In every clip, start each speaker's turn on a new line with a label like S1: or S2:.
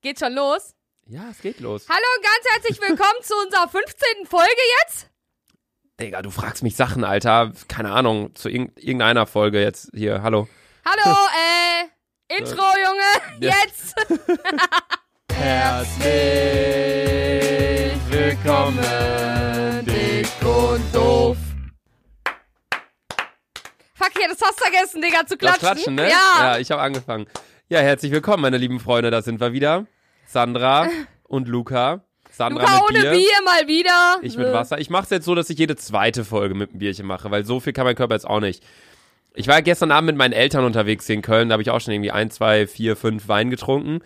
S1: Geht schon los.
S2: Ja, es geht los.
S1: Hallo und ganz herzlich willkommen zu unserer 15. Folge jetzt.
S2: Digga, du fragst mich Sachen, Alter. Keine Ahnung, zu irg- irgendeiner Folge jetzt hier. Hallo.
S1: Hallo, äh, Intro, Junge,
S2: Ja.
S1: jetzt.
S2: Herzlich willkommen, dick und doof.
S1: Fuck, hier, das hast du vergessen, Digga, zu
S2: Das
S1: klatschen.
S2: Klatschen, ne?
S1: Ja.
S2: ja ich habe angefangen. Ja, herzlich willkommen, meine lieben Freunde. Da sind wir wieder. Sandra und Luca. Sandra
S1: Luca
S2: mit
S1: ohne
S2: Bier.
S1: Bier mal wieder.
S2: Ich mit Wasser. Ich mache es jetzt so, dass ich jede zweite Folge mit einem Bierchen mache, weil so viel kann mein Körper jetzt auch nicht. Ich war gestern Abend mit meinen Eltern unterwegs hier in Köln, da habe ich auch schon irgendwie ein, zwei, vier, fünf Wein getrunken.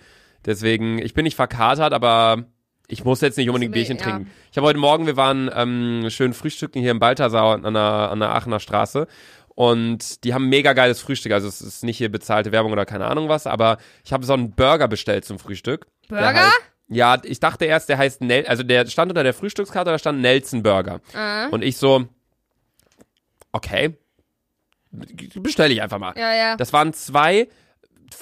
S2: Deswegen, ich bin nicht verkatert, aber ich muss jetzt nicht unbedingt
S1: mir-
S2: Bierchen
S1: ja.
S2: trinken. Ich habe heute Morgen, wir waren ähm, schön frühstücken hier im Balthasar an der, an der Aachener Straße. Und die haben mega geiles Frühstück. Also es ist nicht hier bezahlte Werbung oder keine Ahnung was, aber ich habe so einen Burger bestellt zum Frühstück. Der
S1: Burger?
S2: heißt- ja, halt. ich dachte erst, der heißt Nel also der stand unter der Frühstückskarte, da stand Nelson Burger.
S1: Ah.
S2: Und ich so, okay, bestelle ich einfach mal.
S1: Ja, ja.
S2: Das waren zwei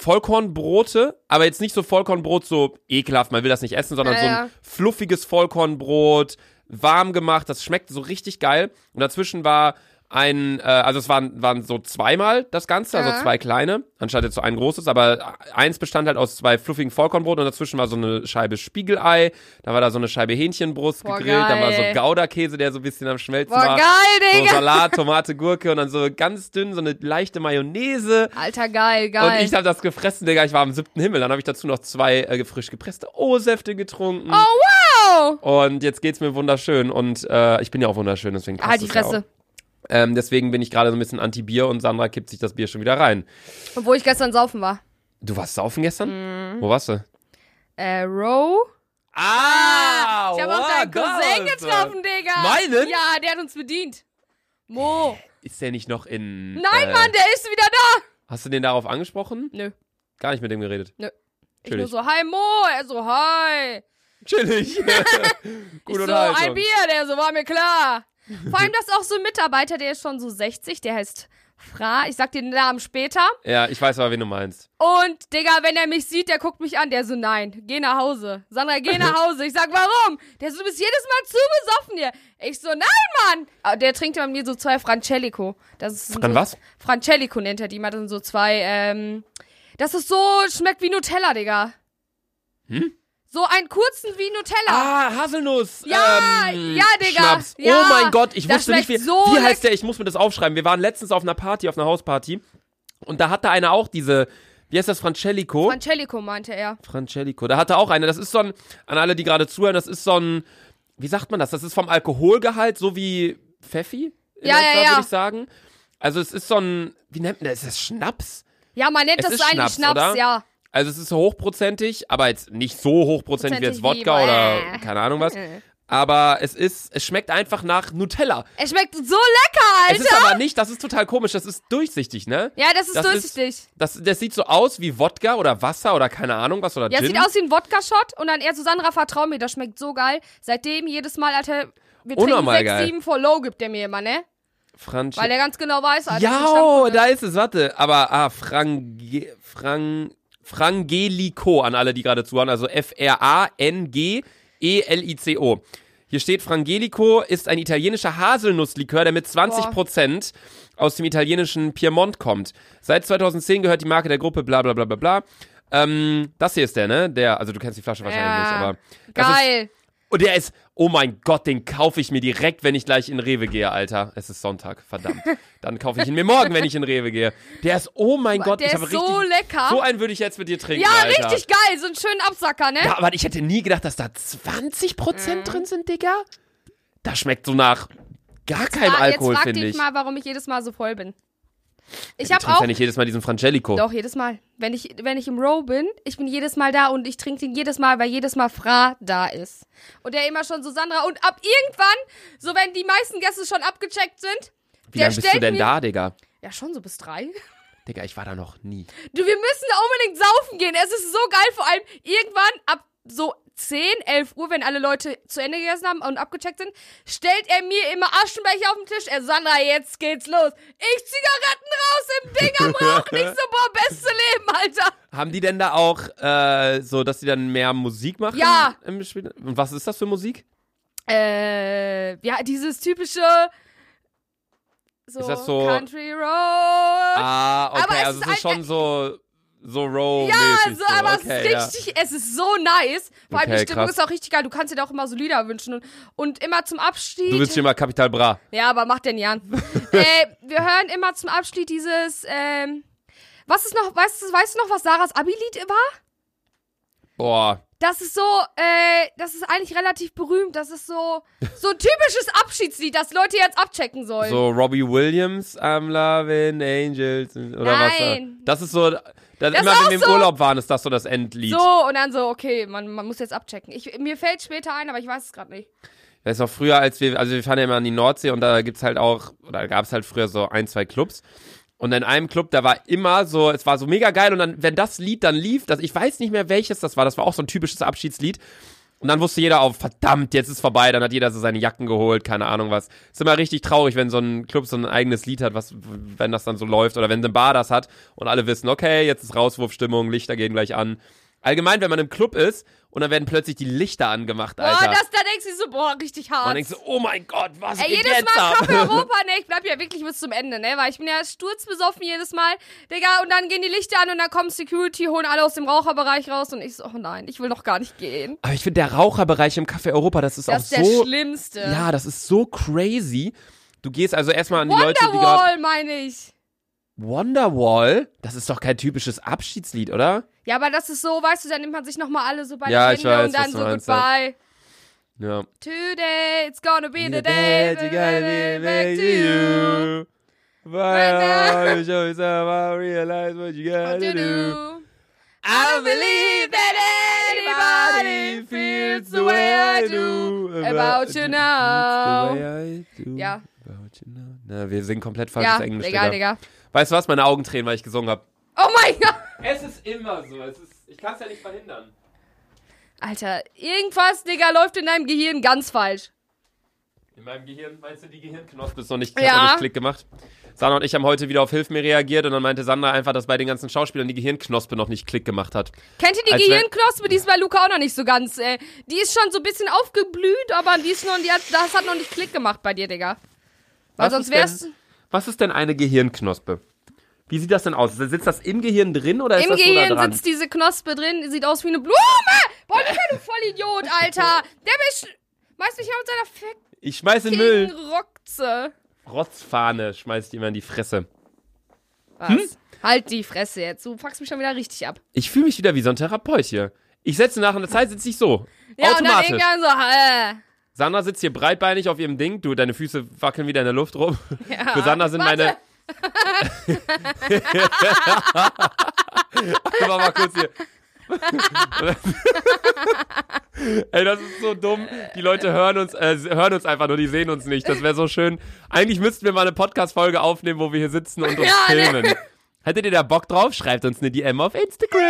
S2: Vollkornbrote, aber jetzt nicht so Vollkornbrot, so ekelhaft, man will das nicht essen, sondern
S1: Ja,
S2: so ein
S1: ja.
S2: fluffiges Vollkornbrot, warm gemacht, das schmeckt so richtig geil. Und dazwischen war ein, äh, also es waren, waren so zweimal das Ganze, also
S1: Ja.
S2: zwei kleine, anstatt jetzt so ein großes, aber eins bestand halt aus zwei fluffigen Vollkornbrot und dazwischen war so eine Scheibe Spiegelei, da war da so eine Scheibe Hähnchenbrust
S1: Boah,
S2: gegrillt, da war so
S1: geil.
S2: Gouda-Käse, der so ein bisschen am Schmelzen
S1: Boah,
S2: war.
S1: geil,
S2: So
S1: Digga.
S2: Salat, Tomate, Gurke und dann so ganz dünn, so eine leichte Mayonnaise.
S1: Alter, geil, geil.
S2: Und ich habe das gefressen, Digga. Ich war im siebten Himmel. Dann habe ich dazu noch zwei äh, frisch gepresste O-Säfte getrunken.
S1: oh, wow.
S2: Und jetzt geht's mir wunderschön. Und äh, ich bin ja auch wunderschön, deswegen passt
S1: Halt die
S2: es ja
S1: Fresse.
S2: auch. Ähm, deswegen bin ich gerade so ein bisschen anti-Bier und Sandra kippt sich das Bier schon wieder rein.
S1: Obwohl ich gestern saufen war.
S2: Du warst saufen
S1: Mhm.
S2: gestern? Wo warst du?
S1: Äh, Row?
S2: Ah!
S1: ich habe auch
S2: wow,
S1: deinen Cousin
S2: da warst du.
S1: getroffen, Digga.
S2: Meinen?
S1: Ja, der hat uns bedient. Mo.
S2: Ist der nicht noch in.
S1: Nein,
S2: äh,
S1: Mann, der ist wieder da.
S2: Hast du den darauf angesprochen?
S1: Nö.
S2: Gar nicht mit dem geredet.
S1: Nö. Ich nur
S2: Chillig.
S1: so, hi Mo, er so, hi.
S2: Chillig.
S1: Ich
S2: Gute
S1: so,
S2: Unterhaltung.
S1: ein Bier, der so, war mir klar. Vor allem, das ist auch so ein Mitarbeiter, der ist schon so 60, der heißt Fra, ich sag den Namen später.
S2: Ja, ich weiß aber, wen du meinst.
S1: Und, Digga, wenn er mich sieht, der guckt mich an, der so, nein, geh nach Hause. Sandra, geh nach Hause. Ich sag, warum? Der so, du bist jedes Mal zu besoffen hier. Ich so, nein, Mann. Aber der trinkt bei mir so zwei Francelico. Das ist
S2: Fran
S1: so,
S2: was?
S1: Francelico nennt er die, man dann so zwei, ähm, das ist so, schmeckt wie Nutella, Digga.
S2: Hm?
S1: So einen kurzen wie Nutella.
S2: Ah, Haselnuss.
S1: Ja,
S2: ähm,
S1: ja, Digga,
S2: Schnaps.
S1: ja.
S2: oh mein Gott, ich
S1: Das
S2: wusste nicht, wie,
S1: schmeckt so
S2: wie heißt der? Ich muss mir das aufschreiben. Wir waren letztens auf einer Party, auf einer Hausparty. Und da hatte einer auch diese, wie heißt das, Francelico?
S1: Francelico meinte er.
S2: Francelico. Da hatte auch einer, das ist so ein, an alle, die gerade zuhören, das ist so ein, wie sagt man das? Das ist vom Alkoholgehalt so wie Pfeffi. in
S1: Ja,
S2: etwa,
S1: ja, ja.
S2: Würde ich sagen. Also es ist so ein, wie nennt man das? Ist das Schnaps?
S1: Ja, man nennt
S2: Es
S1: das
S2: ist
S1: eigentlich
S2: Schnaps,
S1: Schnaps,
S2: oder?
S1: ja.
S2: Also es ist hochprozentig, aber jetzt nicht so hochprozentig wie jetzt
S1: Prozentig wie- Mhm.
S2: Wodka
S1: Äh.
S2: oder keine Ahnung was. Aber es ist, es schmeckt einfach nach Nutella.
S1: Es schmeckt so lecker,
S2: Es ist
S1: Alter.
S2: aber nicht, das ist total komisch, das ist durchsichtig, ne?
S1: Ja, das ist
S2: das ist-
S1: durchsichtig.
S2: Das, das sieht so aus wie Wodka oder Wasser oder keine Ahnung was oder
S1: ja,
S2: Gin.
S1: sieht aus wie ein Wodka-Shot und dann er so, Sandra, vertrau mir, das schmeckt so geil. Seitdem jedes Mal, Alter, wir trinken
S2: Unnormal
S1: 6,
S2: geil.
S1: 7 for low, gibt der mir immer, ne?
S2: Franz
S1: Weil der ganz genau weiß, Alter. das ist
S2: Ja,
S1: Stammkunde.
S2: da ist es, warte. Aber ah, Frange, Frang, Frangelico an alle, die gerade zuhören. Also E F-R-A-N-G-E-L-I-C-O. Hier steht, Frangelico ist ein italienischer Haselnusslikör, der mit 20% aus dem italienischen Piemont kommt. Seit 2010 gehört die Marke der Gruppe, bla bla bla bla bla. Ähm, das hier ist der, ne? Der, also du kennst die Flasche wahrscheinlich
S1: Ja.
S2: nicht, aber. das Ist,
S1: Geil.
S2: und der ist, oh mein Gott, den kaufe ich mir direkt, wenn ich gleich in Rewe gehe, Alter. Es ist Sonntag, verdammt. Dann kaufe ich ihn mir morgen, wenn ich in Rewe gehe. Der ist, oh mein Gott,
S1: der
S2: ich
S1: ist
S2: habe
S1: so
S2: richtig.
S1: lecker.
S2: So einen würde ich jetzt mit dir trinken,
S1: ja,
S2: Alter.
S1: richtig geil. So einen schönen Absacker, ne?
S2: Ja, aber ich hätte nie gedacht, dass da 20%
S1: Mhm.
S2: drin sind, Digga. Das schmeckt so nach gar keinem
S1: Ah,
S2: Alkohol,
S1: jetzt frag
S2: finde
S1: dich
S2: ich.
S1: mal, warum ich jedes Mal so voll bin. Ich
S2: Du
S1: habe
S2: trinkst
S1: auch
S2: ja nicht jedes Mal diesen Frangelico.
S1: Doch, jedes Mal. Wenn ich, wenn ich im Row bin, ich bin jedes Mal da und ich trinke den jedes Mal, weil jedes Mal Fra da ist. Und der immer schon so Sandra. Und ab irgendwann, so wenn die meisten Gäste schon abgecheckt sind,
S2: Wie
S1: der
S2: lange bist du
S1: stellt
S2: denn
S1: mir-
S2: da, Digga?
S1: ja schon so bis drei.
S2: Digga, ich war da noch nie.
S1: Du, wir müssen unbedingt saufen gehen. Es ist so geil, vor allem irgendwann ab so 10, 11 Uhr, wenn alle Leute zu Ende gegessen haben und abgecheckt sind, stellt er mir immer Aschenbecher auf den Tisch. Er, Sandra, jetzt geht's los. Ich Zigaretten raus im Ding am Rauchen. Ich so, boah, beste Leben, Alter.
S2: Haben die denn da auch äh, so, dass die dann mehr Musik machen?
S1: Ja.
S2: Im Spiel? Und was ist das für Musik?
S1: Äh, ja, dieses typische. So,
S2: Ist das so-
S1: Country Road.
S2: Ah, okay,
S1: Aber es
S2: also
S1: ist
S2: es ist
S1: ein-
S2: schon so, so row
S1: Ja,
S2: mäßig
S1: also, aber
S2: okay,
S1: es ist richtig, es ist so nice. Vor allem
S2: Okay,
S1: die Stimmung
S2: krass.
S1: ist auch richtig geil. Du kannst dir da auch immer so Lieder wünschen und, und immer zum Abschied.
S2: ja. Du willst immer Kapital Bra.
S1: Ja, aber macht den Jan. äh, wir hören immer zum Abschied dieses, ähm, was ist noch, weißt du, weißt du noch, was Sarahs Abi-Lied war?
S2: Boah.
S1: Das ist so, äh, das ist eigentlich relativ berühmt. Das ist so, so ein typisches Abschiedslied, das Leute jetzt abchecken sollen.
S2: So Robbie Williams, I'm loving angels oder was? da-
S1: Nein.
S2: Das ist so, das immer
S1: ist auch
S2: wenn wir im
S1: so-
S2: Urlaub waren, ist das so das Endlied.
S1: So, und dann so, okay, man, man muss jetzt abchecken. Ich, mir fällt später ein, aber ich weiß es gerade nicht.
S2: Das ist auch früher, als wir, also wir fahren ja immer an die Nordsee und da gibt's halt auch, oder gab's halt früher so ein, zwei Clubs. Und in einem Club, da war immer so, es war so mega geil und dann, wenn das Lied dann lief, das, ich weiß nicht mehr welches das war, das war auch so ein typisches Abschiedslied. Und dann wusste jeder auf, verdammt, jetzt ist vorbei, dann hat jeder so seine Jacken geholt, keine Ahnung was. Ist immer richtig traurig, wenn so ein Club so ein eigenes Lied hat, was, wenn das dann so läuft oder wenn eine Bar das hat und alle wissen, okay, jetzt ist Rauswurfstimmung, Lichter gehen gleich an. Allgemein, wenn man im Club ist und dann werden plötzlich die Lichter angemacht, Alter.
S1: Boah, Oh, das, da denkst du so, boah, richtig hart.
S2: Und denkst du, oh mein Gott, was
S1: Ey,
S2: geht
S1: jedes
S2: jetzt
S1: Mal
S2: ab?
S1: Cup Europa, ne? Ich bleib ja wirklich bis zum Ende, ne? Weil ich bin ja sturzbesoffen jedes Mal, Digga. Und dann gehen die Lichter an und dann kommen Security, holen alle aus dem Raucherbereich raus und ich so, oh nein, ich will doch gar nicht gehen.
S2: Aber ich finde, der Raucherbereich im Café Europa, das ist
S1: Das ist
S2: auch
S1: der
S2: so.
S1: Schlimmste.
S2: Ja, das ist so crazy. Du gehst also erstmal an die Leute, die gerade.
S1: Wonderwall, meine ich.
S2: Wonderwall? Das ist doch kein typisches Abschiedslied, oder?
S1: Ja, aber das ist so, weißt du, dann nimmt man sich nochmal alle so bei
S2: Ja,
S1: der
S2: ich
S1: Hände
S2: weiß,
S1: und dann
S2: was du
S1: so
S2: meinst,
S1: goodbye.
S2: Ja.
S1: Today, it's gonna be the day.
S2: The day you gotta be back
S1: back
S2: to
S1: to you.
S2: you. Why you show yourself, I realize what you
S1: What
S2: gotta
S1: to
S2: do.
S1: do.
S2: I
S1: don't believe that anybody feels the way I do about you now.
S2: It's the way I do
S1: Ja.
S2: about you now. Na, wir singen komplett falsches
S1: Ja,
S2: Englisch.
S1: egal, Digga.
S2: Weißt du was? Meine Augen tränen, weil ich gesungen habe.
S1: Oh mein Gott.
S2: Es ist immer so. Es ist, ich kann es ja nicht verhindern.
S1: Alter, irgendwas, Digga, läuft in deinem Gehirn ganz falsch.
S2: In meinem Gehirn, meinst du, die Gehirnknospe ist noch nicht,
S1: Ja.
S2: hat noch nicht Klick gemacht? Sandra und ich haben heute wieder auf Hilf mir reagiert und dann meinte Sandra einfach, dass bei den ganzen Schauspielern die Gehirnknospe noch nicht Klick gemacht hat.
S1: Kennt ihr die
S2: Als wär-
S1: Gehirnknospe? Die ist bei Luca auch noch nicht so ganz. Äh, die ist schon so ein bisschen aufgeblüht, aber die ist noch, die hat, das hat noch nicht Klick gemacht bei dir, Digga. Weil
S2: Was
S1: sonst
S2: ist denn-
S1: wärst
S2: Was ist denn eine Gehirnknospe? Wie sieht das denn aus? Sitzt das im Gehirn drin oder ist
S1: im
S2: das
S1: Gehirn
S2: so da dran?
S1: sitzt diese Knospe drin, die sieht aus wie eine Blume! Boah, Luca, du Vollidiot, Alter! Der Mensch. Meinst du mich ja mit seiner fucking
S2: ich schmeiß in Müll.
S1: Rotze?
S2: Rotzfahne schmeißt jemand in die Fresse.
S1: Was?
S2: Hm?
S1: Halt die Fresse jetzt. Du fuckst mich schon wieder richtig ab.
S2: Ich fühle mich wieder wie so ein Therapeut hier. Ich setze nach einer Zeit, sitze ich so.
S1: Ja, und dann
S2: Automatisch.
S1: irgendwann so, äh,
S2: Sandra sitzt hier breitbeinig auf ihrem Ding. Du, deine Füße wackeln wieder in der Luft rum.
S1: äh. Ja.
S2: Für Sandra sind
S1: Warte.
S2: meine. Aber mal kurz hier. Ey, das ist so dumm. Die Leute hören uns, äh, hören uns einfach nur, die sehen uns nicht. Das wäre so schön. Eigentlich müssten wir mal eine Podcast-Folge aufnehmen, wo wir hier sitzen und uns
S1: Ja, ne.
S2: filmen. Hättet ihr da Bock drauf? Schreibt uns eine DM auf Instagram.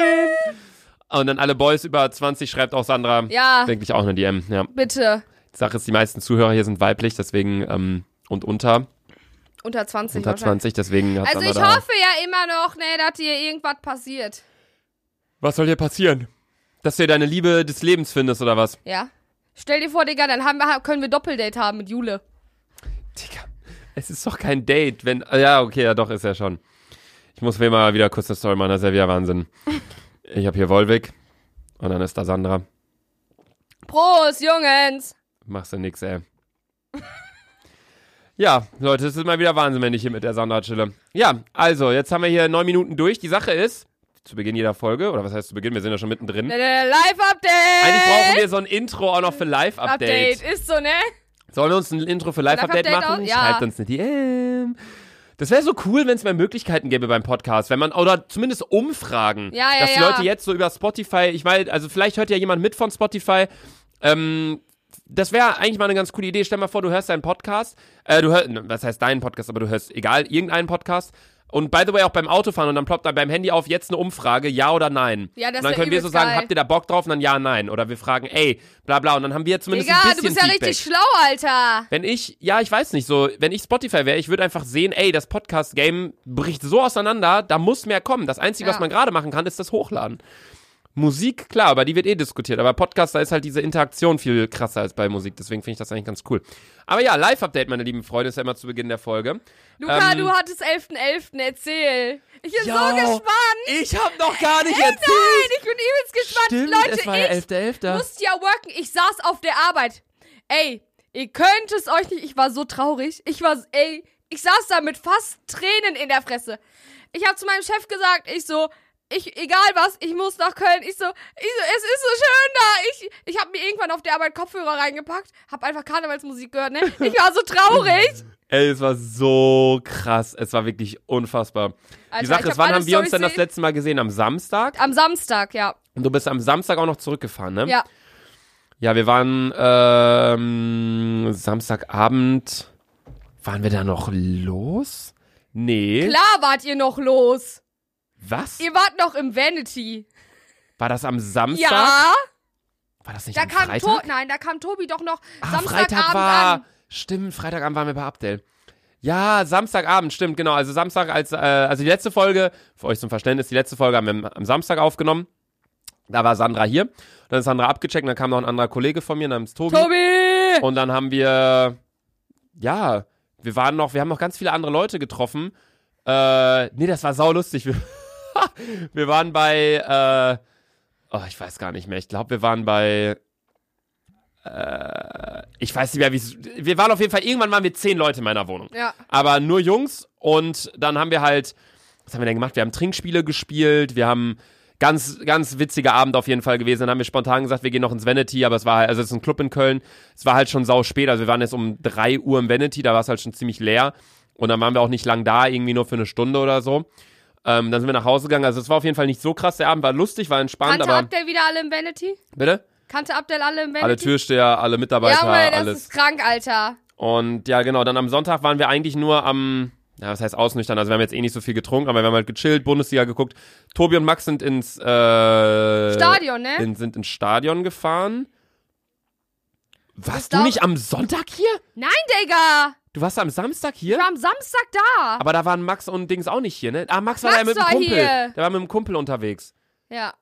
S2: Und dann alle Boys über 20 schreibt auch Sandra.
S1: Ja,
S2: Denke ich auch eine DM, ja.
S1: bitte.
S2: Die Sache ist, die meisten Zuhörer hier sind weiblich, deswegen, ähm, und unter,
S1: Unter 20
S2: unter
S1: wahrscheinlich.
S2: 20, deswegen hat
S1: Also
S2: Sandra
S1: ich
S2: da-
S1: hoffe ja immer noch, ne, dass dir irgendwas passiert.
S2: Was soll dir passieren? Dass du hier deine Liebe des Lebens findest oder was?
S1: Ja. Stell dir vor, Digga, dann haben wir, können wir Doppeldate haben mit Jule.
S2: Digga, es ist doch kein Date, wenn. ah, Ja, okay, ja, doch, ist ja schon. Ich muss mir mal wieder kurz eine Story machen, das ist ja wieder Wahnsinn. Ich habe hier Wolwig und dann ist da Sandra.
S1: Prost, Jungens!
S2: Machst du nix, ey. Ja, Leute, es ist mal wieder Wahnsinn, wenn ich hier mit der Sandra chille. Ja, also, jetzt haben wir hier neun Minuten durch. Die Sache ist, zu Beginn jeder Folge, oder was heißt zu Beginn, wir sind ja schon mittendrin. Eigentlich brauchen
S1: Live-Update!
S2: wir so ein Intro auch noch für Live-Update.
S1: Update. Ist so, ne?
S2: Sollen wir uns ein Intro für Live-Update
S1: Live-Update
S2: machen?
S1: auch? Ja.
S2: Schreibt uns eine DM. Das wäre so cool, wenn es mehr Möglichkeiten gäbe beim Podcast, wenn man, oder zumindest Umfragen,
S1: Ja, ja,
S2: dass die
S1: ja.
S2: Leute jetzt so über Spotify, ich meine, also vielleicht hört ja jemand mit von Spotify, ähm, das wäre eigentlich mal eine ganz ne, coole Idee. Stell mal vor, du hörst deinen Podcast, äh, du hörst, was heißt deinen Podcast, aber du hörst egal, irgendeinen Podcast, Und by the way, auch beim Autofahren und dann ploppt dann beim Handy auf, jetzt eine Umfrage, ja oder nein.
S1: Ja, das
S2: und dann
S1: wär
S2: können wir so
S1: übelst
S2: sagen,
S1: geil.
S2: habt ihr da Bock drauf? Und dann ja, nein. Oder wir fragen, ey, bla bla. Und dann haben wir zumindest
S1: Digga,
S2: ein
S1: du
S2: bisschen
S1: bist ja
S2: Feedback.
S1: richtig schlau, Alter.
S2: Wenn ich, ja, ich weiß nicht, so, wenn ich Spotify wäre, ich würde einfach sehen, ey, das Podcast-Game bricht so auseinander, da muss mehr kommen. Das Einzige,
S1: Ja.
S2: was man gerade machen kann, ist das Hochladen. Musik, klar, über die wird eh diskutiert, aber Podcast, da ist halt diese Interaktion viel krasser als bei Musik, deswegen finde ich das eigentlich ganz cool. Aber ja, Live-Update, meine lieben Freunde, ist ja immer zu Beginn der Folge.
S1: Luca,
S2: Ähm,
S1: du hattest 11.11. Erzähl. Ich bin
S2: Ja.
S1: so gespannt.
S2: Ich hab noch gar nicht erzählt!
S1: Nein, ich bin übelst gespannt.
S2: Stimmt,
S1: Leute,
S2: es war
S1: ich
S2: der 11.11.
S1: musste ja worken. Ich saß auf der Arbeit. Ey, ihr könnt es euch nicht. Ich war so traurig. Ich war, ey, ich saß da mit fast Tränen in der Fresse. Ich habe zu meinem Chef gesagt, ich so, ich, egal was, ich muss nach Köln. Ich so, ich so es ist so schön da. Ich, ich habe mir irgendwann auf der Arbeit Kopfhörer reingepackt, habe einfach Karnevalsmusik gehört, ne? Ich war so traurig.
S2: Ey, es war so krass, es war wirklich unfassbar.
S1: Alter,
S2: die Sache
S1: ich
S2: ist,
S1: hab
S2: wann
S1: alle
S2: haben wir uns denn
S1: Storys
S2: das letzte Mal gesehen? Am Samstag?
S1: Am Samstag, ja.
S2: Und du bist am Samstag auch noch zurückgefahren, ne?
S1: Ja.
S2: Ja, wir waren ähm, Samstagabend. Waren wir da noch los? Nee.
S1: Klar wart ihr noch los.
S2: Was?
S1: Ihr wart noch im Vanity.
S2: War das am Samstag?
S1: Ja.
S2: War das nicht
S1: Da
S2: am
S1: kam
S2: Freitag?
S1: Tobi, nein, da kam Tobi doch noch
S2: ah,
S1: Samstagabend
S2: Freitag war.
S1: an.
S2: Stimmt, Freitagabend waren wir bei Abdel. Ja, Samstagabend, stimmt, genau. Also Samstag als, äh, also die letzte Folge, für euch zum Verständnis, die letzte Folge haben wir am- am Samstag aufgenommen. Da war Sandra hier. Dann ist Sandra abgecheckt, dann kam noch ein anderer Kollege von mir namens
S1: Tobi!
S2: Und dann haben wir, ja, wir waren noch, wir haben noch ganz viele andere Leute getroffen. Äh, nee, das war saulustig. Wir, wir waren bei, äh, oh, ich weiß gar nicht mehr. Ich glaube, wir waren bei, äh, ich weiß nicht mehr, wie es, wir waren auf jeden Fall, irgendwann waren wir zehn Leute in meiner Wohnung.
S1: Ja.
S2: Aber nur Jungs und dann haben wir halt, was haben wir denn gemacht? Wir haben Trinkspiele gespielt, wir haben ganz, ganz witziger Abend auf jeden Fall gewesen. Dann haben wir spontan gesagt, wir gehen noch ins Vanity, aber es war halt, also es ist ein Club in Köln, es war halt schon sau spät, also wir waren jetzt um 3 Uhr im Vanity, da war es halt schon ziemlich leer und dann waren wir auch nicht lang da, irgendwie nur für eine Stunde oder so. Ähm, dann sind wir nach Hause gegangen, also es war auf jeden Fall nicht so krass, der Abend war lustig, war entspannt,
S1: Kannte
S2: aber,
S1: Abdel wieder alle im Vanity?
S2: bitte?
S1: Kannte Abdel alle im Vanity?
S2: Alle Türsteher, alle Mitarbeiter,
S1: Ja, Mann, das
S2: alles.
S1: ist krank, Alter.
S2: Und ja, genau, dann am Sonntag waren wir eigentlich nur am, ja, was heißt ausnüchtern, also wir haben jetzt eh nicht so viel getrunken, aber wir haben halt gechillt, Bundesliga geguckt. Tobi und Max sind ins äh, Stadion,
S1: Stadion, ne?
S2: Äh, in, sind ins Stadion gefahren.
S1: Ich
S2: Warst du
S1: glaub-
S2: nicht am Sonntag hier?
S1: Nein, Digga!
S2: Du warst am Samstag
S1: Ich
S2: hier?
S1: war am Samstag da.
S2: Aber da waren Max und Dings auch nicht hier, ne? Ah, Max war
S1: Max
S2: da mit dem
S1: war
S2: Kumpel.
S1: hier.
S2: Der war mit dem Kumpel unterwegs.
S1: ja.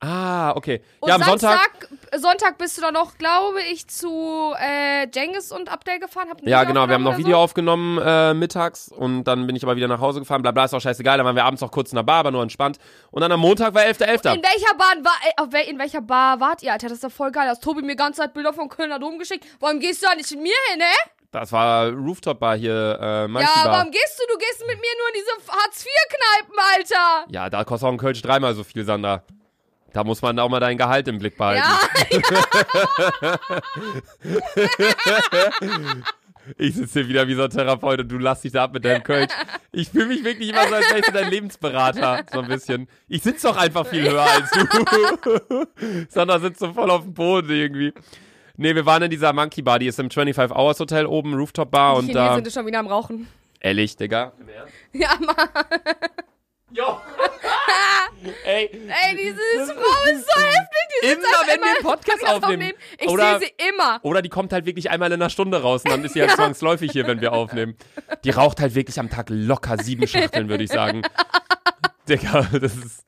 S2: Ah, okay.
S1: Und
S2: ja, am Sonntag.
S1: Samstag, Sonntag bist du dann noch, glaube ich, zu äh, Jengis und Abdel gefahren. Habt ein
S2: Ja,
S1: Video
S2: genau, wir
S1: aufgenommen
S2: haben noch
S1: oder
S2: Video aufgenommen äh, mittags und dann bin ich aber wieder nach Hause gefahren. Bla bla, ist auch scheißegal. Dann waren wir abends noch kurz in der Bar, aber nur entspannt. Und dann am Montag war 11.11.
S1: So. In welcher Bahn war, äh, auf wel- in welcher Bar wart ihr, Alter? Das ist doch voll geil. Hast Tobi mir ganze Zeit Bilder vom Kölner Dom geschickt. Warum gehst du da nicht mit mir hin, ne? hä?
S2: Das war Rooftop-Bar hier, äh, Monkey
S1: Ja,
S2: Bar.
S1: warum gehst du? Du gehst mit mir nur in diese Hartz-IV-Kneipen, Alter.
S2: Ja, da kostet auch ein Kölsch dreimal so viel, Sandra. Da muss man auch mal dein Gehalt im Blick behalten.
S1: Ja,
S2: Ich sitze hier wieder wie so ein Therapeut und du lass dich da ab mit deinem Kölsch. Ich fühle mich wirklich immer so, als wärst du dein Lebensberater. So ein bisschen. Ich sitze doch einfach viel höher als du. Sandra sitzt so voll auf dem Boden irgendwie. Nee, wir waren in dieser Monkey Bar, die ist im 25 Hours Hotel oben, Rooftop Bar
S1: die
S2: und
S1: Chinesen
S2: da.
S1: sind schon wieder am Rauchen.
S2: Ehrlich, Digga.
S1: Ja, Mann.
S2: Jo! Ey,
S1: Ey, diese Frau ist so heftig. Die
S2: immer
S1: sitzt einfach
S2: wenn wir einen
S1: immer-
S2: Podcast
S1: Podcast
S2: aufnehmen.
S1: Ich
S2: Oder-
S1: sehe sie immer.
S2: Oder die kommt halt wirklich einmal in einer Stunde raus und dann ist sie halt zwangsläufig hier, wenn wir aufnehmen. Die raucht halt wirklich am Tag locker sieben Schachteln, würde ich sagen. Digga, das ist.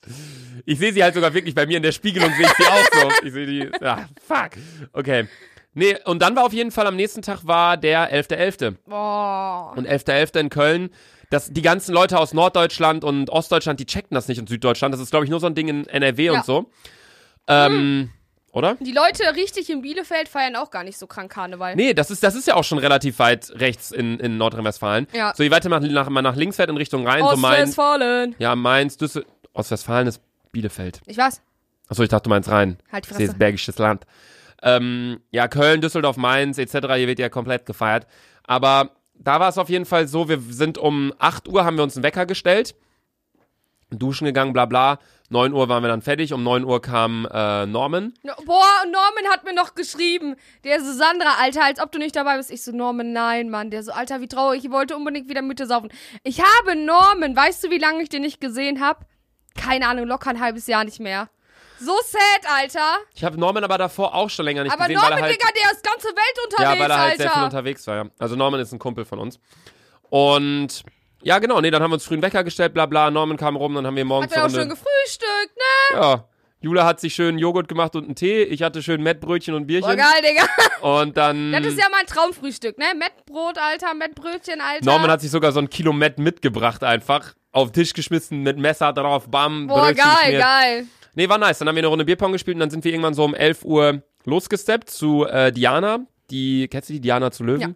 S2: Ich sehe sie halt sogar wirklich bei mir in der Spiegelung, sehe ich sie auch so. Ich sehe die. Ah, fuck. Okay. Nee, und dann war auf jeden Fall am nächsten Tag war der 11.11.
S1: Boah.
S2: Und 11.11. in Köln. Das, die ganzen Leute aus Norddeutschland und Ostdeutschland, die checkten das nicht und Süddeutschland. Das ist, glaube ich, nur so ein Ding in NRW
S1: Ja.
S2: und so. Ähm, Oder?
S1: Die Leute richtig in Bielefeld feiern auch gar nicht so krank Karneval.
S2: Nee, das ist, das ist ja auch schon relativ weit rechts in, in Nordrhein-Westfalen.
S1: Ja.
S2: So, je weiter man nach, man nach links fährt in Richtung Rhein, so Mainz.
S1: Ostwestfalen.
S2: Ja, Mainz, Düsseldorf. Ostwestfalen ist Bielefeld.
S1: Ich weiß.
S2: Achso, ich dachte, du meinst Rhein.
S1: Halt die
S2: Ich sehe
S1: Fresse.
S2: jetzt Bergisches Land. Ähm, ja, Köln, Düsseldorf, Mainz etc. Hier wird ja komplett gefeiert. Aber da war es auf jeden Fall so, wir sind um 8 Uhr, haben wir uns einen Wecker gestellt, duschen gegangen, bla bla. 9 Uhr waren wir dann fertig. Um 9 Uhr kam äh, Norman.
S1: Boah, und Norman hat mir noch geschrieben. Der so, Sandra, Alter, als ob du nicht dabei bist. Ich so, Norman, nein, Mann. Der so, Alter, wie traurig. Ich wollte unbedingt wieder mit dir saufen. Ich habe Norman. Weißt du, wie lange ich den nicht gesehen habe? Keine Ahnung, locker ein halbes Jahr nicht mehr. So sad, Alter.
S2: Ich habe Norman aber davor auch schon länger nicht
S1: Aber
S2: gesehen, weil
S1: Norman,
S2: er halt,
S1: Digga, der ist ganze Welt unterwegs,
S2: ja, weil er halt
S1: Alter.
S2: sehr viel unterwegs war. Ja. Also Norman ist ein Kumpel von uns. Und ja, genau, nee, dann haben wir uns früh einen Wecker gestellt, bla bla. Norman kam rum, dann haben wir morgens
S1: hat er auch
S2: eine Runde-
S1: schön gefrühstückt, ne?
S2: Ja. Jule hat sich schön Joghurt gemacht und einen Tee. Ich hatte schön Mettbrötchen und
S1: Boah,
S2: Bierchen.
S1: Oh, geil, Digga.
S2: und dann.
S1: Das ist ja mein Traumfrühstück, ne? Mettbrot, Alter, Mettbrötchen, Alter.
S2: Norman hat sich sogar so ein Kilo Mett mitgebracht einfach. Auf den Tisch geschmissen, mit Messer drauf, bam.
S1: Boah,
S2: Brötchen
S1: geil,
S2: geschmiert.
S1: geil.
S2: Nee, war nice. Dann haben wir eine Runde Bierpong gespielt und dann sind wir irgendwann so um 11 Uhr losgesteppt zu äh, Diana. Die, kennst du die? Diana zu Löwen.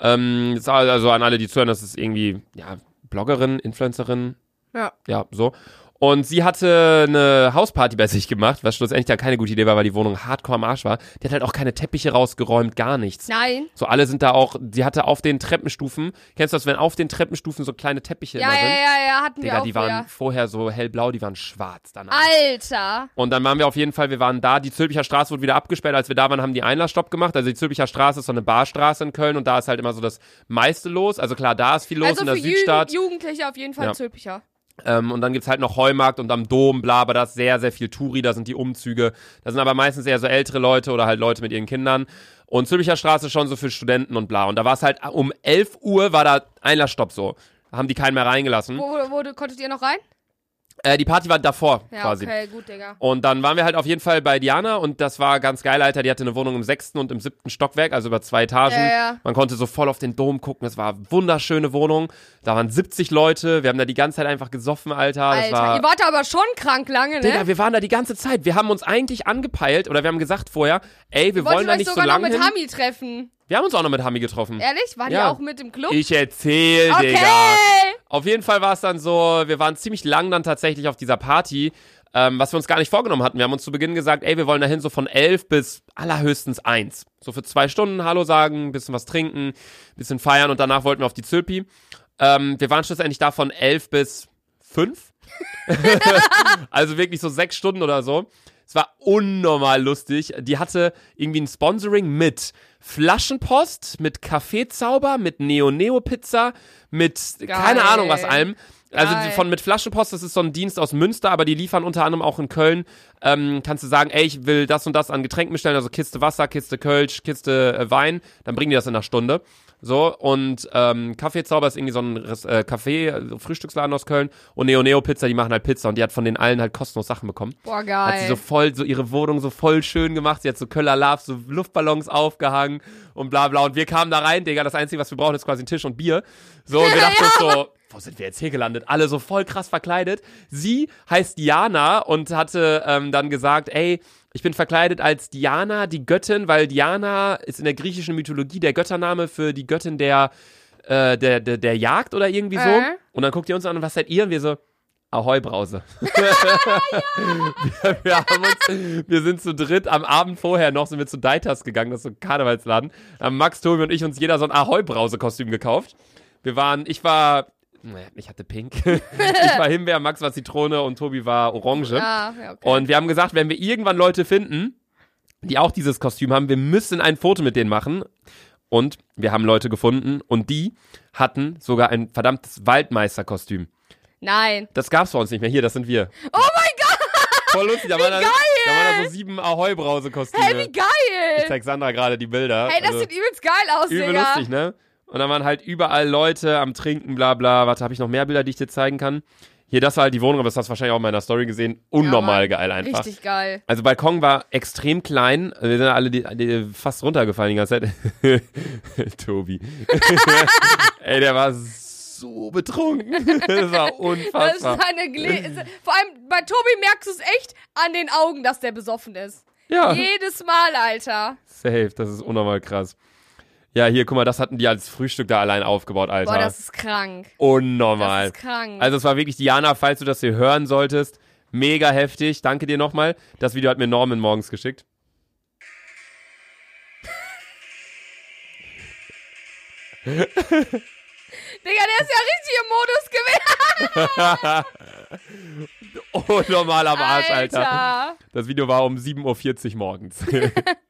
S2: Ähm, das war also an alle, die zuhören, das ist irgendwie, ja, Bloggerin, Influencerin,
S1: Ja.
S2: ja, so. Und sie hatte eine Hausparty bei sich gemacht, was schlussendlich dann keine gute Idee war, weil die Wohnung hardcore am Arsch war. Die hat halt auch keine Teppiche rausgeräumt, gar nichts.
S1: Nein.
S2: So alle sind da auch, die hatte auf den Treppenstufen, kennst du das, wenn auf den Treppenstufen so kleine Teppiche
S1: Ja,
S2: immer
S1: ja,
S2: sind?
S1: ja, ja, hatten wir
S2: Digga,
S1: auch
S2: die waren
S1: wieder.
S2: vorher so hellblau, die waren schwarz danach.
S1: Alter.
S2: Und dann waren wir auf jeden Fall, wir waren da, die Zülpicher Straße wurde wieder abgesperrt. Als wir da waren, haben die Einlassstopp gemacht. Also die Zülpicher Straße ist so eine Barstraße in Köln und da ist halt immer so das meiste los. Also klar, da ist viel los
S1: also
S2: in der
S1: für
S2: Südstadt.
S1: Jugend, Jugendliche auf jeden Fall
S2: Ja.
S1: Zülpicher.
S2: Ähm, und dann gibt's halt noch Heumarkt und am Dom, bla, aber da ist sehr, sehr viel Touri, da sind die Umzüge. Da sind aber meistens eher so ältere Leute oder halt Leute mit ihren Kindern. Und Zülpicher Straße schon so für Studenten und bla. Und da war's halt um 11 Uhr war da Einlassstopp so. Da haben die keinen mehr reingelassen.
S1: Wo, wo, wo konntet ihr noch rein?
S2: Äh, die Party war davor
S1: Ja,
S2: quasi.
S1: okay, gut, Digga.
S2: Und dann waren wir halt auf jeden Fall bei Diana und das war ganz geil, Alter. Die hatte eine Wohnung im sechsten und im siebten Stockwerk, also über zwei Etagen.
S1: Ja, ja.
S2: Man konnte so voll auf den Dom gucken. Es war wunderschöne Wohnung. Da waren 70 Leute. Wir haben da die ganze Zeit einfach gesoffen, Alter. Das
S1: Alter,
S2: war
S1: ihr wart aber schon krank lange, ne?
S2: Digga, wir waren da die ganze Zeit. Wir haben uns eigentlich angepeilt oder wir haben gesagt vorher, ey, wir wollen
S1: Wolltet
S2: da
S1: euch
S2: nicht so
S1: sogar
S2: lang
S1: noch mit
S2: hin.
S1: Hami treffen.
S2: Wir haben uns auch noch mit Hami getroffen.
S1: Ehrlich? War
S2: Ja.
S1: die auch mit im Club?
S2: Ich erzähl,
S1: okay.
S2: Digga. Auf jeden Fall war es dann so, wir waren ziemlich lang dann tatsächlich auf dieser Party, ähm, was wir uns gar nicht vorgenommen hatten. Wir haben uns zu Beginn gesagt, ey, wir wollen dahin so von elf bis allerhöchstens eins. So für zwei Stunden Hallo sagen, bisschen was trinken, bisschen feiern und danach wollten wir auf die Zülpi. Ähm, wir waren schlussendlich da von elf bis fünf. also wirklich so sechs Stunden oder so. Es war unnormal lustig. Die hatte irgendwie ein Sponsoring mit Flaschenpost, mit Kaffeezauber, mit Neo-Neo-Pizza, mit keine Ahnung was allem. Also
S1: Geil.
S2: von mit Flaschenpost, das ist so ein Dienst aus Münster, aber die liefern unter anderem auch in Köln. Ähm, kannst du sagen, ey, ich will das und das an Getränken bestellen, also Kiste Wasser, Kiste Kölsch, Kiste äh, Wein, dann bringen die das in einer Stunde. So, und ähm, Kaffeezauber ist irgendwie so ein Res- äh, Café, äh, Frühstücksladen aus Köln. Und Neo Neo Pizza, die machen halt Pizza und die hat von den allen halt kostenlos Sachen bekommen.
S1: Boah,
S2: Hat sie so
S1: geil.
S2: voll, so ihre Wohnung so voll schön gemacht. Sie hat so Köller Love, so Luftballons aufgehangen und bla bla. Und wir kamen da rein, Digga. Das Einzige, was wir brauchen, ist quasi ein Tisch und Bier. So, und wir dachten uns so, wo sind wir jetzt hier gelandet? Alle so voll krass verkleidet. Sie heißt Diana und hatte ähm, dann gesagt, ey, ich bin verkleidet als Diana, die Göttin, weil Diana ist in der griechischen Mythologie der Göttername für die Göttin der, äh, der, der, der Jagd oder irgendwie so.
S1: Äh.
S2: Und dann guckt ihr uns an und was seid ihr? Und wir so, Ahoi Brause. wir, wir, haben uns, wir sind zu dritt am Abend vorher noch sind wir zu Deitas gegangen, das ist so ein Karnevalsladen. Da haben Max, Tobi und ich uns jeder so ein Ahoi Brause Kostüm gekauft. Wir waren, ich war, naja, ich hatte pink. ich war Himbeer, Max war Zitrone und Tobi war Orange.
S1: Ah, ja, okay.
S2: ne? Und wir haben gesagt, wenn wir irgendwann Leute finden, die auch dieses Kostüm haben, wir müssen ein Foto mit denen machen. Und wir haben Leute gefunden und die hatten sogar ein verdammtes Waldmeisterkostüm.
S1: Nein.
S2: Das gab's bei uns nicht mehr. Hier, das sind wir. Oh mein Gott! Voll lustig. Da, waren da, da waren da so sieben Ahoi-Brause-Kostüme.
S1: Hey, wie
S2: ich
S1: geil.
S2: zeig Sandra gerade die Bilder.
S1: Hey, das
S2: Also,
S1: sieht übelst geil aus,
S2: übel
S1: Digga.
S2: lustig, ne? Und da waren halt überall Leute am Trinken, bla bla. Warte, habe ich noch mehr Bilder, die ich dir zeigen kann? Hier, das war halt die Wohnung, aber das hast du wahrscheinlich auch in meiner Story gesehen. Unnormal
S1: Ja,
S2: geil einfach.
S1: Richtig geil.
S2: Also Balkon war extrem klein. Also, Wir sind alle die, die, fast runtergefallen die ganze Zeit. Tobi. Ey, der war so betrunken. Das war
S1: Das ist
S2: unfassbar.
S1: eine Gle Vor allem bei Tobi merkst du es echt an den Augen, dass der besoffen ist.
S2: Ja,
S1: Jedes Mal, Alter.
S2: safe. Das ist unnormal krass. Ja, hier, guck mal, das hatten die als Frühstück da allein aufgebaut, Alter.
S1: Boah, das ist krank. Das
S2: unnormal.
S1: ist krank.
S2: Also es war wirklich, Diana, falls du das hier hören solltest, mega heftig. Danke dir nochmal. Das Video hat mir Norman morgens geschickt.
S1: Digga, der ist ja richtig im Modus gewesen.
S2: Oh, normal am Arsch, Alter.
S1: Alter.
S2: Das Video war um 7.40 Uhr morgens.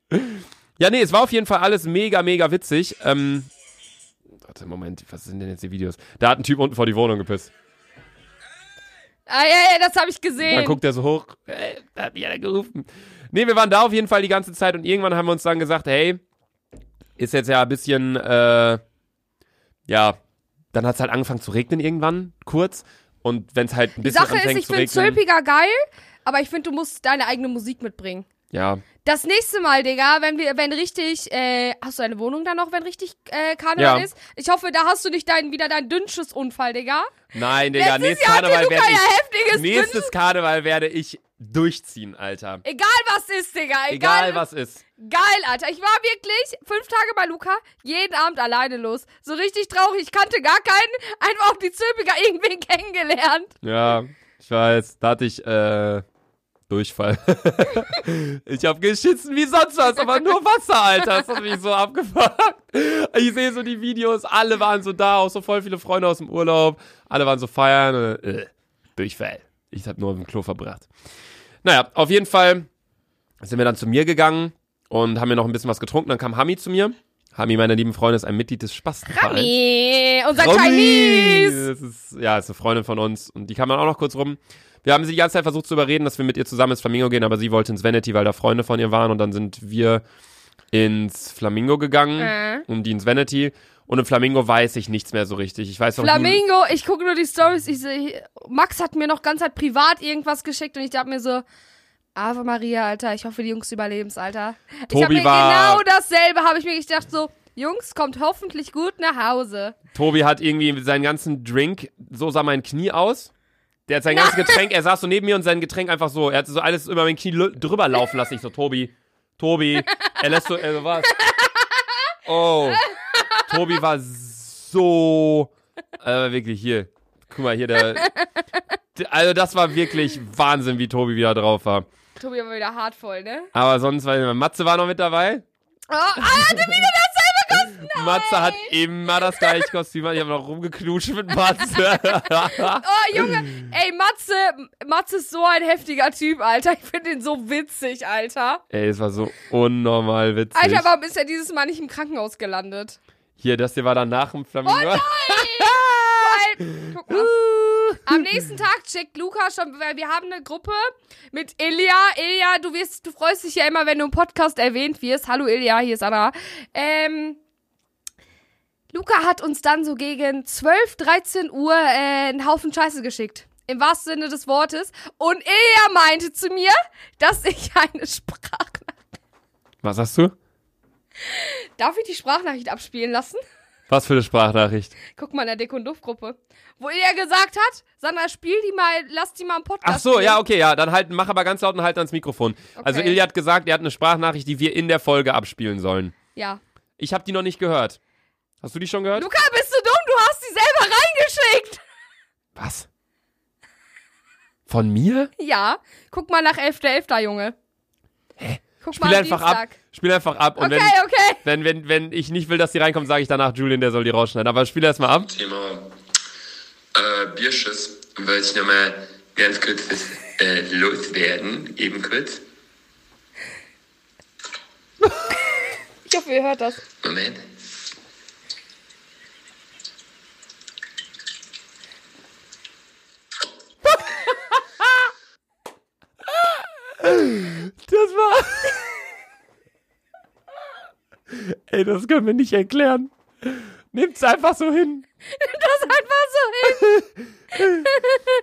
S2: ja, nee, es war auf jeden Fall alles mega, mega witzig. Ähm, warte, Moment, was sind denn jetzt die Videos? Da hat ein Typ unten vor die Wohnung gepisst.
S1: Ah, ja, ja, das habe ich gesehen.
S2: Dann guckt er so hoch. Äh, da hat mich einer gerufen. Nee, wir waren da auf jeden Fall die ganze Zeit und irgendwann haben wir uns dann gesagt, hey, ist jetzt ja ein bisschen, äh, ja, dann hat es halt angefangen zu regnen irgendwann, kurz. Und wenn es halt
S1: Die
S2: ein bisschen
S1: Sache ist,
S2: anfängt
S1: ich
S2: zu
S1: finde
S2: regnen,
S1: Zülpiger geil, aber ich finde, du musst deine eigene Musik mitbringen.
S2: ja,
S1: Das nächste Mal, Digga, wenn wir, wenn richtig, äh, hast du eine Wohnung da noch, wenn richtig äh, Karneval
S2: Ja.
S1: ist? Ich hoffe, da hast du nicht deinen, wieder deinen Dünnschuss-Unfall, Digga.
S2: nein, Digga,
S1: Letztes
S2: nächstes
S1: Jahr hatte
S2: Karneval
S1: Luca
S2: werde
S1: ja
S2: ich
S1: heftiges Dünn.
S2: Nächstes Karneval werde ich durchziehen, Alter.
S1: Egal was ist, Digga. Egal,
S2: Egal was ist.
S1: Geil, Alter. Ich war wirklich fünf Tage bei Luca, jeden Abend alleine los. So richtig traurig. Ich kannte gar keinen, einfach auf die Zülpiger irgendwen kennengelernt.
S2: Ja, ich weiß. Da hatte ich äh, Durchfall. ich habe geschissen wie sonst was, aber nur Wasser, Alter. Das hat mich so abgefuckt. Ich sehe so die Videos, alle waren so da, auch so voll viele Freunde aus dem Urlaub. Alle waren so feiern. und, Äh, Durchfall. Ich habe nur im Klo verbracht. Naja, auf jeden Fall sind wir dann zu mir gegangen und haben mir noch ein bisschen was getrunken. Dann kam Hami zu mir. Hami, meine lieben Freunde, ist ein Mitglied des Spastenvereins.
S1: Nee, unser
S2: Romy!
S1: Chinese.
S2: Das ist, ja, ist eine Freundin von uns und die kam dann auch noch kurz rum. Wir haben sie die ganze Zeit versucht zu überreden, dass wir mit ihr zusammen ins Flamingo gehen, aber sie wollte ins Vanity, weil da Freunde von ihr waren und dann sind wir ins Flamingo gegangen
S1: Äh.
S2: und die ins Vanity und im Flamingo weiß ich nichts mehr so richtig. Ich weiß noch nie-
S1: Flamingo, ich gucke nur die Stories. Ich seh, Max hat mir noch ganz halt privat irgendwas geschickt und ich dachte mir so, Ave Maria, Alter, ich hoffe, die Jungs überleben's, Alter. ich hab
S2: Tobi
S1: mir
S2: war-
S1: genau dasselbe, habe ich mir gedacht so, Jungs, kommt hoffentlich gut nach Hause.
S2: Tobi hat irgendwie seinen ganzen Drink, so sah mein Knie aus. Der hat sein ganzes Getränk, er saß so neben mir und sein Getränk einfach so, er hat so alles über mein Knie lö- drüber laufen lassen. Ich so, Tobi, Tobi, er lässt so, er so, was? Oh, Tobi war so, äh, wirklich hier, guck mal hier, der, d- also das war wirklich Wahnsinn, wie Tobi wieder drauf war.
S1: Tobi war wieder hart voll, ne?
S2: Aber sonst, weil Matze war noch mit dabei.
S1: Oh, Alter,
S2: Matze hat immer das gleiche Kostüm, an. ich habe noch rumgeknutscht mit Matze.
S1: oh, Junge, ey, Matze, Matze ist so ein heftiger Typ, Alter. Ich finde ihn so witzig, Alter.
S2: Ey, es war so unnormal witzig.
S1: Alter, warum ist er dieses Mal nicht im Krankenhaus gelandet?
S2: Hier, das hier war dann nach dem
S1: Oh
S2: Flamingo.
S1: Weil, guck mal. Am nächsten Tag checkt Luca schon, weil wir haben eine Gruppe mit Ilja. Ilja, du wirst, du freust dich ja immer, wenn du im Podcast erwähnt wirst. Hallo Ilja, hier ist Anna. Ähm, Luca hat uns dann so gegen 12, 13 Uhr äh, einen Haufen Scheiße geschickt. Im wahrsten Sinne des Wortes. Und Ilja meinte zu mir, dass ich eine Sprachnachricht.
S2: Was hast du?
S1: Darf ich die Sprachnachricht abspielen lassen?
S2: Was für eine Sprachnachricht?
S1: Guck mal in der Dick- und Duft-Gruppe. Wo Ilja gesagt hat, Sandra, spiel die mal, lass die mal im Podcast.
S2: Ach so,
S1: spielen.
S2: ja, okay, ja. Dann halt, mach aber ganz laut und halt ans Mikrofon. Also
S1: Okay.
S2: Ilja hat gesagt, er hat eine Sprachnachricht, die wir in der Folge abspielen sollen.
S1: Ja.
S2: Ich habe die noch nicht gehört. Hast du die schon gehört?
S1: Luca, bist du dumm? Du hast sie selber reingeschickt.
S2: Was? Von mir?
S1: Ja. Guck mal nach 11.11., Junge. Hä? Guck
S2: Spiel
S1: mal am
S2: einfach
S1: Dienstag.
S2: ab. Spiel einfach ab. Und
S1: Okay, okay.
S2: wenn, wenn, wenn, wenn ich nicht will, dass die reinkommen, sage ich danach Julian, der soll die rausschneiden. Aber spiel erst mal ab.
S3: Thema äh, Bierschiss wollte ich nochmal ganz kurz was, äh, loswerden, eben kurz.
S1: Ich hoffe, ihr hört das.
S3: Moment.
S2: Das war. Ey, das können wir nicht erklären. Nimmt's einfach so hin.
S1: Das einfach so hin.